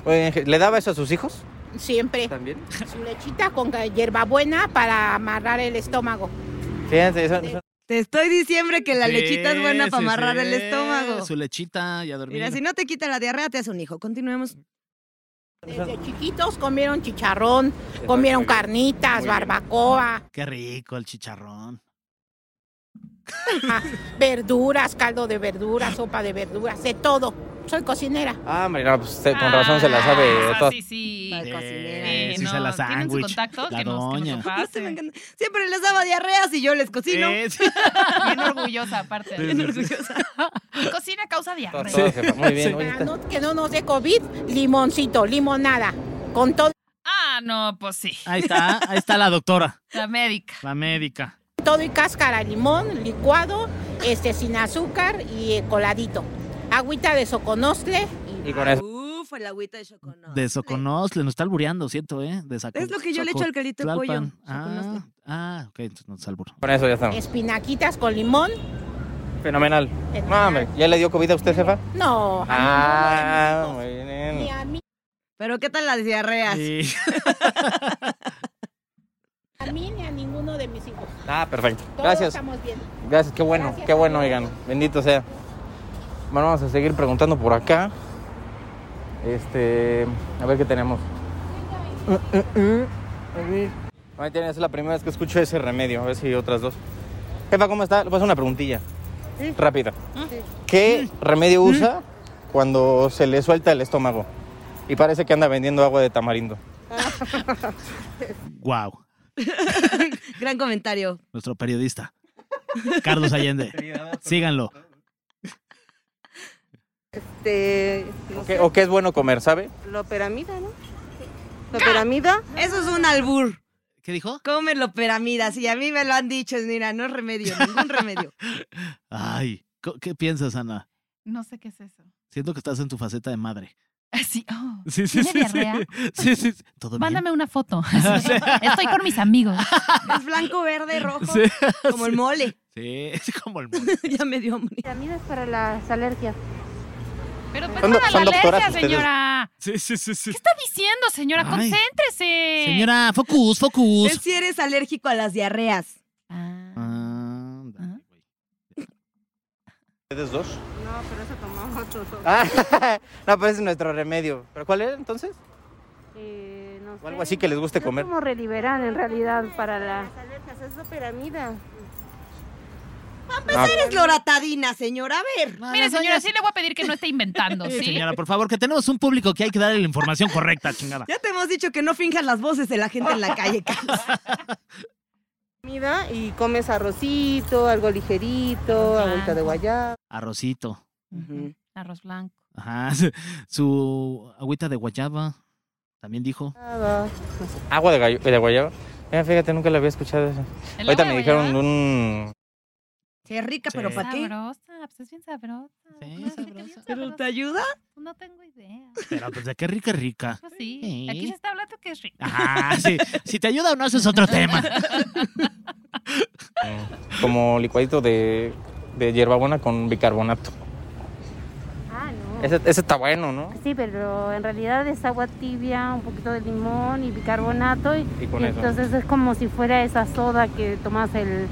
Oye, je- ¿Le daba eso a sus hijos? quiero. Siempre. También. Su lechita con ca- hierbabuena para amarrar el estómago. Fíjense, eso, eso- Te estoy diciendo que la Sí, lechita es buena para sí, amarrar el sí. estómago. Su lechita y a dormir. Mira, si no te quita la diarrea, te hace un hijo. Continuemos. Desde chiquitos comieron chicharrón, comieron carnitas, barbacoa. Qué rico el chicharrón. verduras, caldo de verduras, sopa de verduras, de todo. Soy cocinera. Ah, hombre, no, pues usted con razón se la sabe de todas. Ah, Sí, sí. Eh, sí, se la tienen su sándwich, contacto, la que nos, que nos doña. lo pasen. Siempre les daba diarreas y yo les cocino. Ah, Eh, sí. Bien orgullosa, aparte. Sí, sí, sí. Cocina causa diarrea. Todo, jefa. Muy bien, Sí. oye, Para está- no- que no nos dé COVID, limoncito, limonada. Con todo, Ah, no, pues sí. Ahí está, ahí está la doctora, La médica. la médica. todo y cáscara, limón, licuado, este sin azúcar y eh, coladito. Agüita de soconostle. Y con eso. Uf, el agüita de chocono. De Soconostle, nos está albureando, siento, ¿eh? De Zacu- Es lo que yo le echo al calito de pollo, Tlalpan. Ah, Soconostle. ah, ok, entonces no es albur. Con eso ya estamos. Espinaquitas con limón. Fenomenal. No, hombre, ¿ya le dio COVID a usted, jefa? No. Ah, muy a mí no, ni bien. a mí, Pero ¿qué tal las diarreas? Sí. a mí ni a ninguno de mis hijos. Ah, perfecto. Todos Gracias. estamos bien. Gracias, qué bueno, Gracias. qué bueno, oigan. Bendito sea. Bueno, vamos a seguir preguntando por acá. Este, a ver qué tenemos. Eh, eh, eh, a ver. Ahí tienen, es la primera vez que escucho ese remedio, a ver si otras dos. Jefa, ¿cómo está? Le voy a hacer una preguntilla. Rápida. ¿Qué remedio usa cuando se le suelta el estómago? Y parece que anda vendiendo agua de tamarindo. Wow, Gran comentario. nuestro periodista. Carlos Allende. Síganlo. Este, ¿O qué, o qué es bueno comer, sabe? ¡Ah! Eso es un albur. ¿Qué dijo? Cómelo peramidas. Y a mí me lo han dicho. es, Mira, no es remedio, ningún remedio. Ay, co- ¿qué piensas, Ana? No sé qué es eso. Siento que estás en tu faceta de madre. Así. oh, Sí, sí, sí. Sí, ¿Tiene diarrea? sí. sí, sí. ¿Todo bien? Mándame una foto. Estoy con mis amigos. Es blanco, verde, rojo. Sí, Como el mole. sí, es como el mundo. ya me dio hambre. Pero pues Son no do- la son doctoras alergia, ustedes. señora. Sí, sí, sí, sí. ¿Qué está diciendo, señora? Ay. Concéntrese. Señora, focus, Es focus. si eres alérgico a las diarreas. Ah. Ándale, güey. ¿Ustedes dos? No, pero eso tomamos nosotros. no, pero ese es nuestro remedio. ¿Pero cuál era entonces? Eh, o algo así que les guste comer. Reliberán, Ah, en realidad, para la... Ah, Eres loratadina, señora. A ver. Mire, señora, sí le voy a pedir que no esté inventando, Sí, ¿sí? Ah, Señora, por favor, que tenemos un público que hay que darle la información correcta, chingada. Ya te hemos dicho que no finjas las voces de la gente en la calle, Carlos. comida y comes arrocito, algo ligerito, Arroz agüita de blanco. guayaba. Arrocito. Ujú. Arroz blanco. Ajá. Su agüita de guayaba. También dijo. Agua de, gallo- eh, de guayaba. Mira, fíjate, nunca la había escuchado eso. El Ahorita me agua de dijeron guayaba. un... Sí, es rica, Sí. pero ¿para qué? Sabrosa, pues es bien sabrosa. Sí, No sé qué sabrosa. bien ¿Pero te sabrosa. ayuda? No tengo idea. Pero pues de qué rica, rica. Pues sí, aquí se está hablando que es rico. Ajá, sí. Si te ayuda o no, eso es otro tema. mm, como licuadito de, de hierbabuena con bicarbonato. Ah, no. Ese, ese está bueno, ¿no? Sí, pero en realidad es agua tibia, un poquito de limón y bicarbonato. Y, Y con y eso. entonces es como si fuera esa soda que tomas el...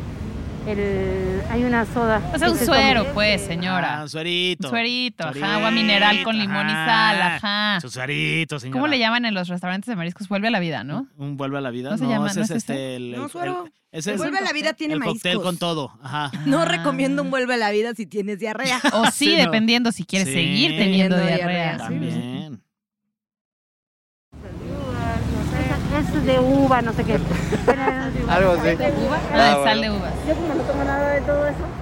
el hay una soda. O sea, que un se suero, convierte- pues, señora. Ah, suerito. Un suerito, ajá, agua mineral con limón y sal, ajá. Su suerito, señora. ¿Cómo le llaman en los restaurantes de mariscos? Vuelve a la vida, ¿no? Un vuelve a la vida. No, ¿No se llama? ese ¿No es es ese? este. El, No, el- suero. ese es vuelve a la vida tiene el maíz. cóctel con todo. Ajá. No Ah. Oh, recomiendo un vuelve a la vida si tienes diarrea. O sí, Sí, no. dependiendo si quieres Sí. seguir teniendo Teniendo diarrea, diarrea. sí. También. Es de uva, no sé qué. Algo así. Ah, Ah, sal de bueno. uvas.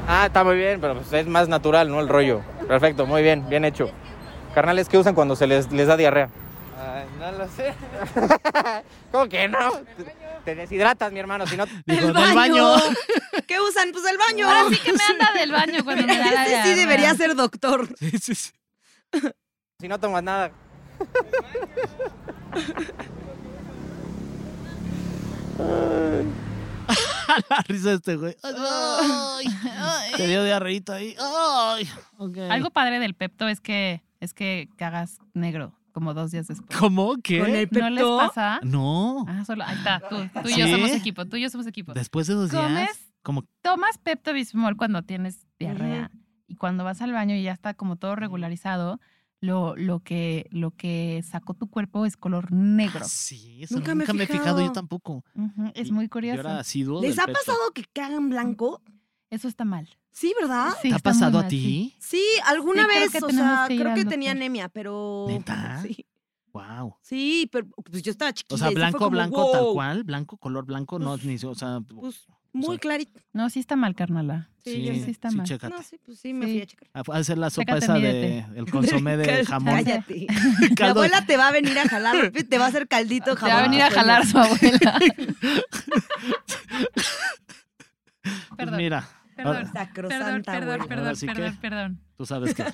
Ah, está muy bien, pero pues es más natural, ¿no? El rollo. Perfecto, muy bien, bien hecho. Carnales, ¿qué usan cuando se les, les da diarrea? no lo sé. ¿Cómo que no? Te deshidratas, mi hermano, si no... Dijo, del baño. ¿Qué usan? Pues el baño. Ahora sí que me anda del baño cuando me da Este la sí diarrea. debería ser doctor. Sí, sí, sí. Si no tomas nada. La risa de este güey. Ay, Te dio diarreíta ahí. Ay. ok. Algo padre del Pepto es que es que cagas negro como dos días después. ¿Cómo? ¿Qué? Con el ¿No les pecto. pasa? No. Ah, solo, ahí está. Tú, tú y yo ¿Sí? somos equipo. Tú y yo somos equipo. Después de dos días. ¿Comes? Como Tomas Pepto Bismol cuando tienes diarrea y cuando vas al baño y ya está como todo regularizado, lo, lo que lo que sacó tu cuerpo es color negro. Ah, sí, eso nunca, Nunca me, me he he fijado yo fijado. tampoco. Ujú, Es Y- muy Yo curioso. era asiduo ¿Les del ha Petro. pasado que cagan blanco? Eso está mal. Sí, ¿verdad? Sí, ¿Te ha está muy pasado a mal, ti? sí. Sí, alguna Sí, creo vez, que o tenemos sea, que ir creo al que doctor. tenía anemia, pero... ¿Neta? Sí, Wow. sí, pero pues yo estaba chiquita. O sea, y sí fue blanco, como, blanco, wow, tal cual, blanco, color blanco, no, ni, o sea, Pues muy clarito. No, sí está mal, carnala. sí, yo sí está sí, mal. chécate. Ah, No, sí, pues sí, me fui a checar. A- a hacer la sopa Chécate, esa de mídete. el consomé de Cállate. jamón. Cállate. La Caldo- abuela te va a venir a jalar, Pepe, te va a hacer caldito jamón. Te va a venir a después. jalar su abuela. pues Perdón. Mira, Perdón, ahora- perdón, Sacrosanta perdón, abuela. perdón, Ahora sí que- perdón, perdón. tú sabes que,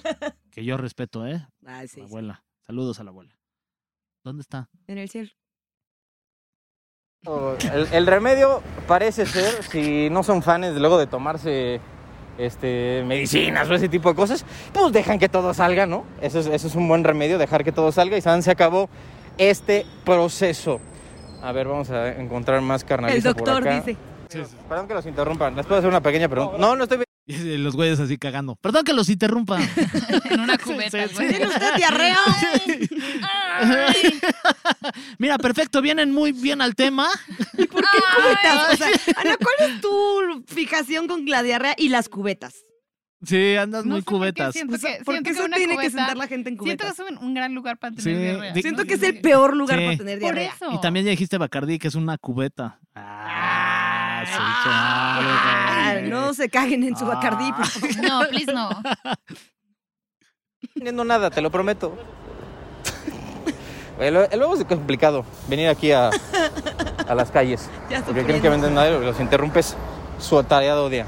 que yo respeto, ¿eh? Ay, sí, La Ah, sí. abuela. Saludos a la abuela. ¿Dónde está? En el cielo. O El, el remedio parece ser, si no son fans luego de tomarse este, medicinas o ese tipo de cosas, pues dejan que todo salga, ¿no? Eso es, eso es un buen remedio, dejar que todo salga y San se acabó este proceso. A ver, vamos a encontrar más carnaliza El doctor por acá. dice. Perdón que los interrumpan, ¿les puedo hacer una pequeña pregunta? No, no estoy... Y Los güeyes así cagando. Perdón que los interrumpa. En una cubeta, sí, güey. ¿Tiene usted diarrea? Ay, Mira, perfecto, vienen muy bien al tema. ¿Por qué cubetas? O sea, Ana, ¿cuál es tu fijación con la diarrea y las cubetas? Sí, andas No muy sé por qué cubetas. siento O sea, que- ¿Por siento qué que se una tiene que cubeta- sentar la gente en Siento que cubetas? es un, un gran lugar para tener Sí, diarrea. de- Siento No que es sé el qué. peor lugar Sí. para tener Por diarrea. eso. Y también ya dijiste Bacardí que es una cubeta. Ah, sí, chale, Ay, güey. Ah, no se caguen en su Ah. bacardí, pues, por favor. No, please no. entendiendo nada, te lo prometo. Güey, lo- Luego es complicado venir aquí a, a las calles. Ya estoy Porque creen que poniendo. venden nadie, los interrumpes su atareado día.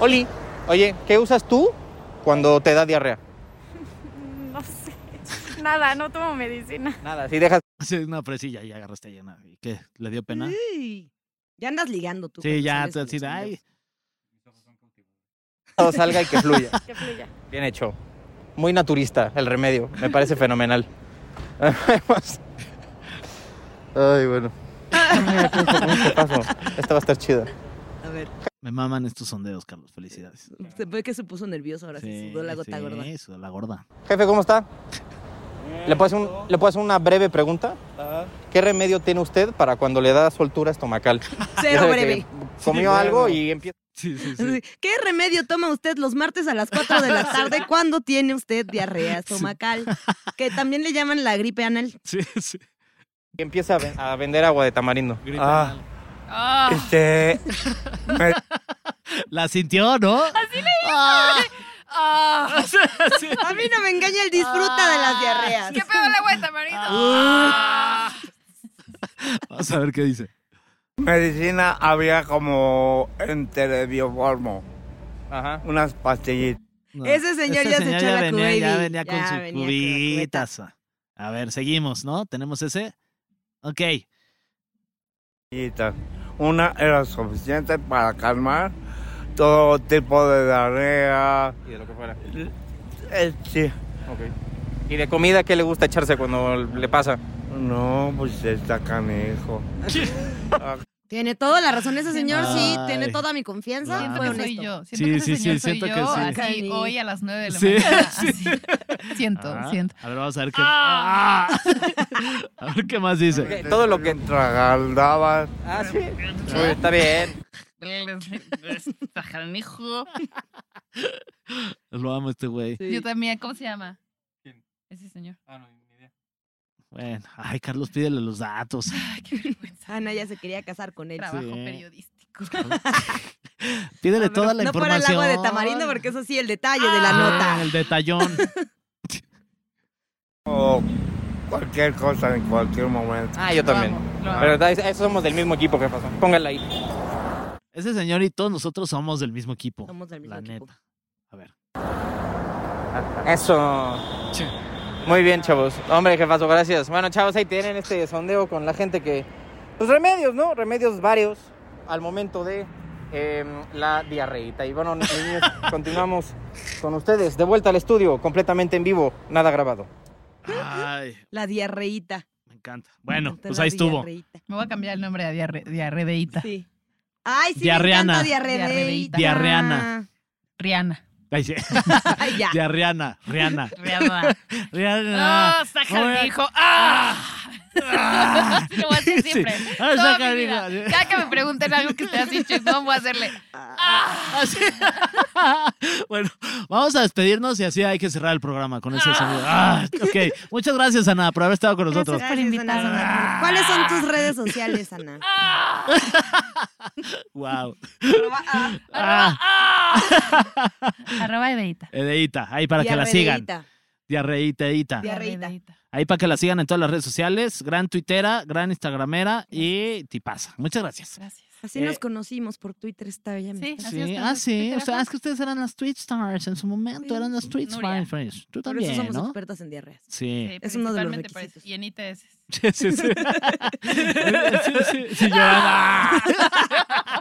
Oli, oye, ¿qué usas tú cuando te da diarrea? No sé. Nada, no tomo medicina. Nada, si dejas Sí, no, pero sí, ya, ya agarraste llena. ¿Y qué? ¿Le dio pena? Ey, Ya andas ligando tú. Sí, cuando ya, sales te con los decir, ay, amigos. todo salga y que fluya. Que fluya. Bien hecho. Muy naturista el remedio, me parece fenomenal. Ay, bueno. Mira, qué interesante paso. Esta va a estar chida. A ver, me maman estos sondeos, Carlos. Felicidades. se ve que se puso nervioso ahora, se sudó la gota sí, gorda. sudó la gorda. Jefe, ¿cómo está? ¿Le puedo hacer, un- le puedo hacer una breve pregunta? ¿Qué remedio tiene usted para cuando le da soltura estomacal? Ya Cero sabe que breve. Comió algo y empieza... Sí, pues, sí, Así, ¿Qué remedio toma usted los martes a las 4 de la tarde cuando tiene usted diarrea estomacal? Que también le llaman la gripe anal. Sí, sí. Y empieza a, ven- a vender agua de tamarindo. Grita. Ah, Este, La sintió, ¿no? Así le ah. A mí no me engaña el disfruta de las diarreas. ¿Qué pedo le agua de tamarindo? Ah. Vamos a ver qué dice. Medicina había como en Telebioformo, Ajá. unas pastillitas. No. Ese señor Este ya se echó la venía, Ya cubebi. venía con Ya su venía con la cubitas. A ver, seguimos, ¿no? Tenemos ese. Ok. Una era suficiente para calmar todo tipo de diarrea. Y de lo que fuera. Eh, sí. ¿Y de comida qué le gusta echarse cuando le pasa? No, pues está canejo. Tiene toda la razón ese señor, sí, Ay. tiene toda mi confianza. Claro. Siento Fue que soy honesto. yo. Siento Sí, que sí, sí, ese señor soy siento que yo, sí. así, Cani. hoy a las 9 de la Sí, mañana. sí. así. Siento, Ah, siento. A ver, vamos a ver qué. Ah. Ah. A ver qué más dice. Ok, todo lo que- Tragaldabas. Ah, sí. está bien. Tajanijo. Lo amo este güey. Yo también, ¿cómo se llama? Ese señor. Bueno, ay, Carlos, pídele los datos. Ay, qué vergüenza. Ana ya se quería casar con él. Trabajo Sí. periodístico. Pídele No, pero toda la no para el información. Ah. agua de tamarindo, porque eso sí, el detalle de la Sí, nota. El detallón. O cualquier cosa en cualquier momento. Ah, yo también. amo, lo amo. Pero da- eso somos del mismo equipo, ¿qué pasó? Póngala ahí. Ese señor y todos nosotros somos del mismo equipo. Somos del mismo la equipo. neta. A ver. Eso. Muy bien, chavos. Hombre, jefazo, gracias. Bueno, chavos, ahí tienen este sondeo con la gente que... Pues remedios, ¿no? Remedios varios al momento de eh, la diarreita. Y bueno, niños, continuamos con ustedes. De vuelta al estudio, completamente en vivo, nada grabado. Ay, La diarreíta. me encanta. Bueno, Entonces, pues la ahí estuvo. diarreíta. Me voy a cambiar el nombre a diarre, diarredeíta. Sí. Ay, sí, Diarreana. me encanta diarreíta. Diarreana. Rihanna. Ay, sí. Ay, ya. Ya, Rihanna. Rihanna. Rihanna. Rihanna. ¡Ah, Tajanijo! ¡Ah! Lo voy a hacer Sí. siempre. Ah, Toda saca mi vida. vida. Cada que me pregunten algo que esté así chingón, voy a hacerle. Así. Bueno, vamos a despedirnos y así hay que cerrar el programa con ese sonido. Ah, ok. Muchas gracias, Ana, por haber estado con nosotros. Gracias, Ana. ¿Cuáles son tus redes sociales, Ana? Wow. Ah. Arroba, Arroba Edeita. Edeita, ahí para que la sigan. Diarreíta, Edita. Diarreíta. Ahí para que la sigan en todas las redes sociales. Gran tuitera, gran instagramera y tipaza. Muchas gracias. Así Eh, nos conocimos por Twitter esta bella Sí, Sí, ah, sí. O sea, es que ustedes eran las tweet stars en su momento, eran las tweet stars. Tú Por eso también, somos ¿no? expertas en diarreas. Sí. Es uno de los Principalmente por eso. Y en ITS. Sí, sí, sí. Sí, sí, sí, llorando. ¡Ah!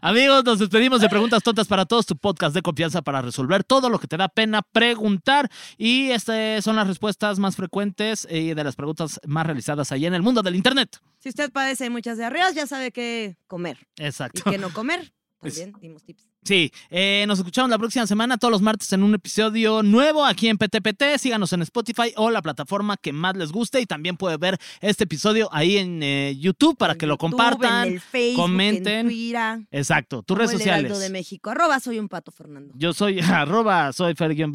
Amigos, nos despedimos de Preguntas Tontas para Todos, tu podcast de confianza para resolver todo lo que te da pena preguntar. Y estas son las respuestas más frecuentes y de las preguntas más realizadas ahí en el mundo del Internet. Si usted padece de muchas diarreas, ya sabe qué comer y Exacto. Pues qué no comer. También dimos tips. Sí, eh, nos escuchamos la próxima semana, todos los martes, en un episodio nuevo aquí en PTPT. Síganos en Spotify o la plataforma que más les guste. Y también puede ver este episodio ahí en eh, YouTube para que lo compartan, en el Facebook, en comenten. Twitter, Exacto, tus como redes el Heraldo de sociales. México. Arroba soy un pato Fernando. Yo soy arroba, soy Fer-Guy Guión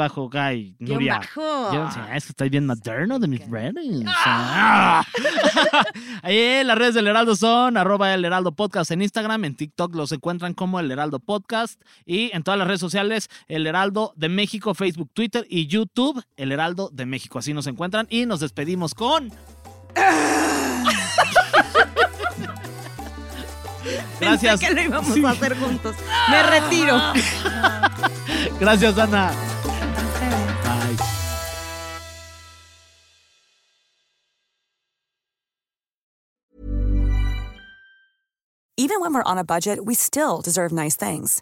Nuria. bajo. Yo- sí, ah, es que estoy bien moderno de mis redes. Ah. Ahí eh, las redes del Heraldo son arroba el Heraldo Podcast en Instagram, en TikTok los encuentran como el Heraldo Podcast y en todas las redes sociales el Heraldo de México, Facebook, Twitter y YouTube, el Heraldo de México. Así nos encuentran y nos despedimos con... Gracias. Pensé que lo íbamos a hacer juntos. Me retiro. Gracias, Ana. Bye. Even when we're on a budget, we still deserve nice things.